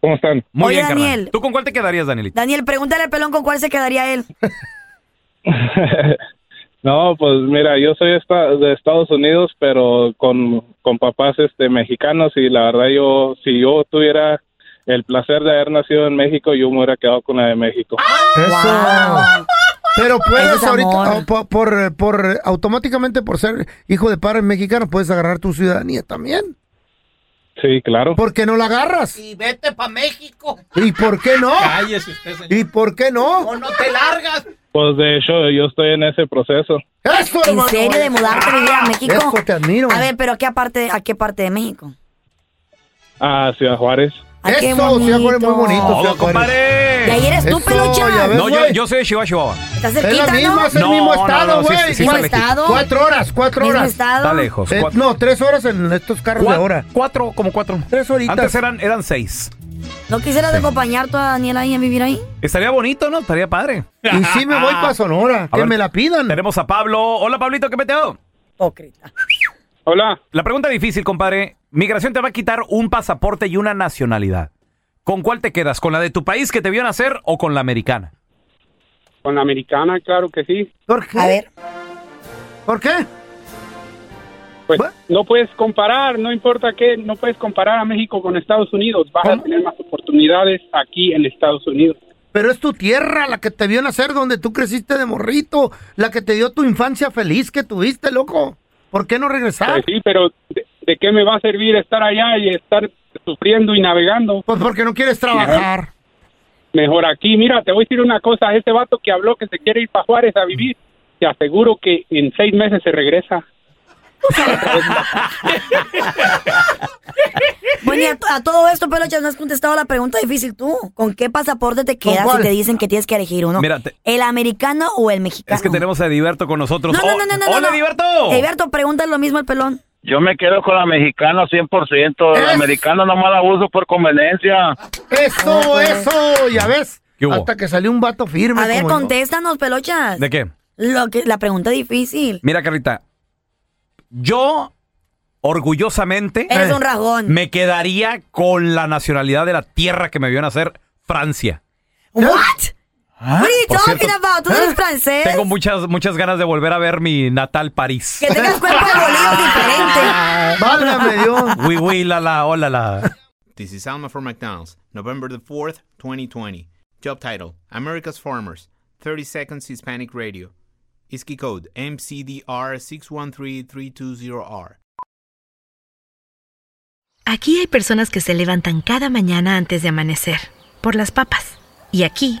Speaker 14: ¿cómo están?
Speaker 7: Muy
Speaker 4: Oye,
Speaker 7: bien, carnal.
Speaker 4: Daniel.
Speaker 7: ¿Tú con cuál te quedarías, Danielito?
Speaker 4: Daniel, pregúntale al pelón con cuál se quedaría él.
Speaker 14: No, pues mira, yo soy esta- de Estados Unidos, pero con, con papás este mexicanos y la verdad yo, si yo tuviera el placer de haber nacido en México, yo me hubiera quedado con la de México.
Speaker 5: Pero puedes
Speaker 14: Eso es
Speaker 5: ahorita,
Speaker 14: amor.
Speaker 5: oh, po- por, eh, por, eh, automáticamente por ser hijo de padres mexicanos, puedes agarrar tu ciudadanía también.
Speaker 14: Sí, claro.
Speaker 5: ¿Por qué no la agarras?
Speaker 8: Y vete para México.
Speaker 5: ¿Y por qué no?
Speaker 14: Cállese usted, señor.
Speaker 5: ¿Y por qué no?
Speaker 8: O no te largas.
Speaker 14: Pues de hecho, yo estoy en ese proceso.
Speaker 5: Eso,
Speaker 4: ¿En
Speaker 5: hermano. eh.
Speaker 4: serio de mudarte vivir a México?
Speaker 14: eso
Speaker 5: te admiro.
Speaker 4: A ver, pero ¿a qué parte, a qué parte de México?
Speaker 14: A Ciudad Juárez.
Speaker 4: ¿A qué
Speaker 5: Eso, Ciudad Juárez, muy bonito.
Speaker 14: Todo,
Speaker 5: Ciudad Juárez.
Speaker 14: compadre.
Speaker 4: Y ahí eres tú,
Speaker 5: Eso,
Speaker 4: pelucha.
Speaker 5: ya ves,
Speaker 7: No, yo,
Speaker 5: güey.
Speaker 7: yo soy de Chihuahua, Chihuahua.
Speaker 4: Estás
Speaker 5: Es
Speaker 4: cerquita,
Speaker 5: la misma,
Speaker 4: ¿no?
Speaker 5: es el
Speaker 7: No,
Speaker 5: mismo
Speaker 7: no,
Speaker 5: estado,
Speaker 7: no, sí,
Speaker 5: güey.
Speaker 7: sí, sí,
Speaker 4: está Mismo lejito. estado.
Speaker 5: Cuatro horas, cuatro
Speaker 4: Mismo
Speaker 5: horas.
Speaker 4: estado. Está
Speaker 7: lejos,
Speaker 5: Eh,
Speaker 7: cuatro.
Speaker 5: no, tres horas en estos carros
Speaker 7: Cuat-
Speaker 5: de hora.
Speaker 7: Cuatro, como cuatro.
Speaker 5: Tres horitas.
Speaker 7: Antes eran, eran seis.
Speaker 4: ¿No quisieras acompañar tú a Daniel ahí a vivir ahí?
Speaker 7: Estaría bonito, ¿no? Estaría padre.
Speaker 5: Y sí me voy pa' Sonora, que me
Speaker 7: la
Speaker 5: pidan.
Speaker 7: Tenemos a Pablo. Hola, Pablito, ¿qué peteo?
Speaker 4: Hipócrita.
Speaker 14: Hola.
Speaker 7: La pregunta difícil, compadre. Migración te va a quitar un pasaporte y una nacionalidad. ¿Con cuál te quedas? ¿Con la de tu país que te vio nacer o con la americana?
Speaker 14: Con la americana, claro que sí.
Speaker 5: ¿Por qué?
Speaker 4: A ver.
Speaker 5: ¿Por qué?
Speaker 14: Pues no puedes comparar, no importa qué, no puedes comparar a México con Estados Unidos. Vas a tener más oportunidades aquí en Estados Unidos.
Speaker 5: Pero es tu tierra, la que te vio nacer, donde tú creciste de morrito, la que te dio tu infancia feliz que tuviste, loco. ¿Por qué no regresar?
Speaker 14: Pues sí, pero ¿de, de qué me va a servir estar allá y estar sufriendo y navegando?
Speaker 5: Pues porque no quieres trabajar.
Speaker 14: Mejor, aquí, mira, te voy a decir una cosa, ese vato que habló que se quiere ir para Juárez a vivir, te aseguro que en seis meses se regresa.
Speaker 4: Bueno, y a, a todo esto, Pelocha, no has contestado la pregunta difícil tú. ¿Con qué pasaporte te quedas si
Speaker 7: cuál?
Speaker 4: te dicen que tienes que elegir uno?
Speaker 7: Mira, te-
Speaker 4: ¿El americano o el mexicano?
Speaker 7: Es que tenemos a Ediberto con nosotros.
Speaker 4: No, no,
Speaker 7: Oh,
Speaker 4: no, no, no.
Speaker 7: ¡Hola,
Speaker 4: no.
Speaker 7: Ediberto!
Speaker 4: Heriberto, pregunta lo mismo al pelón.
Speaker 23: Yo me quedo con la mexicana 100%. La americana nomás la uso por conveniencia. Ah,
Speaker 5: Eso, eso, ya ves.
Speaker 23: ¿Qué hubo?
Speaker 5: Hasta que salió un vato firme.
Speaker 4: A ver,
Speaker 5: como yo.
Speaker 4: contéstanos, Pelochas.
Speaker 7: ¿De qué?
Speaker 4: Lo que, la pregunta difícil.
Speaker 7: Mira, Carlita. Yo, orgullosamente.
Speaker 4: Eres un rajón.
Speaker 7: Eh. Me quedaría con la nacionalidad de la tierra que me vio nacer, Francia.
Speaker 4: ¿What?
Speaker 7: ¿Ah?
Speaker 4: What are you
Speaker 7: Por
Speaker 4: talking
Speaker 7: cierto, ¿Eh?
Speaker 4: about? ¿Tú
Speaker 5: ¿Eh?
Speaker 4: eres francés?
Speaker 7: Tengo muchas, muchas ganas de volver a ver mi natal París.
Speaker 4: Que tengas cuerpo de bolillo
Speaker 7: (laughs)
Speaker 4: diferente.
Speaker 5: Válgame Dios.
Speaker 7: Oui, oui, la, la, hola, la.
Speaker 25: This is Alma from McDonald's, November the 4th, 2020. Job title America's Farmers, 30 Seconds Hispanic Radio. ISKI code MCDR613320R.
Speaker 2: Aquí hay personas que se levantan cada mañana antes de amanecer, por las papas. Y aquí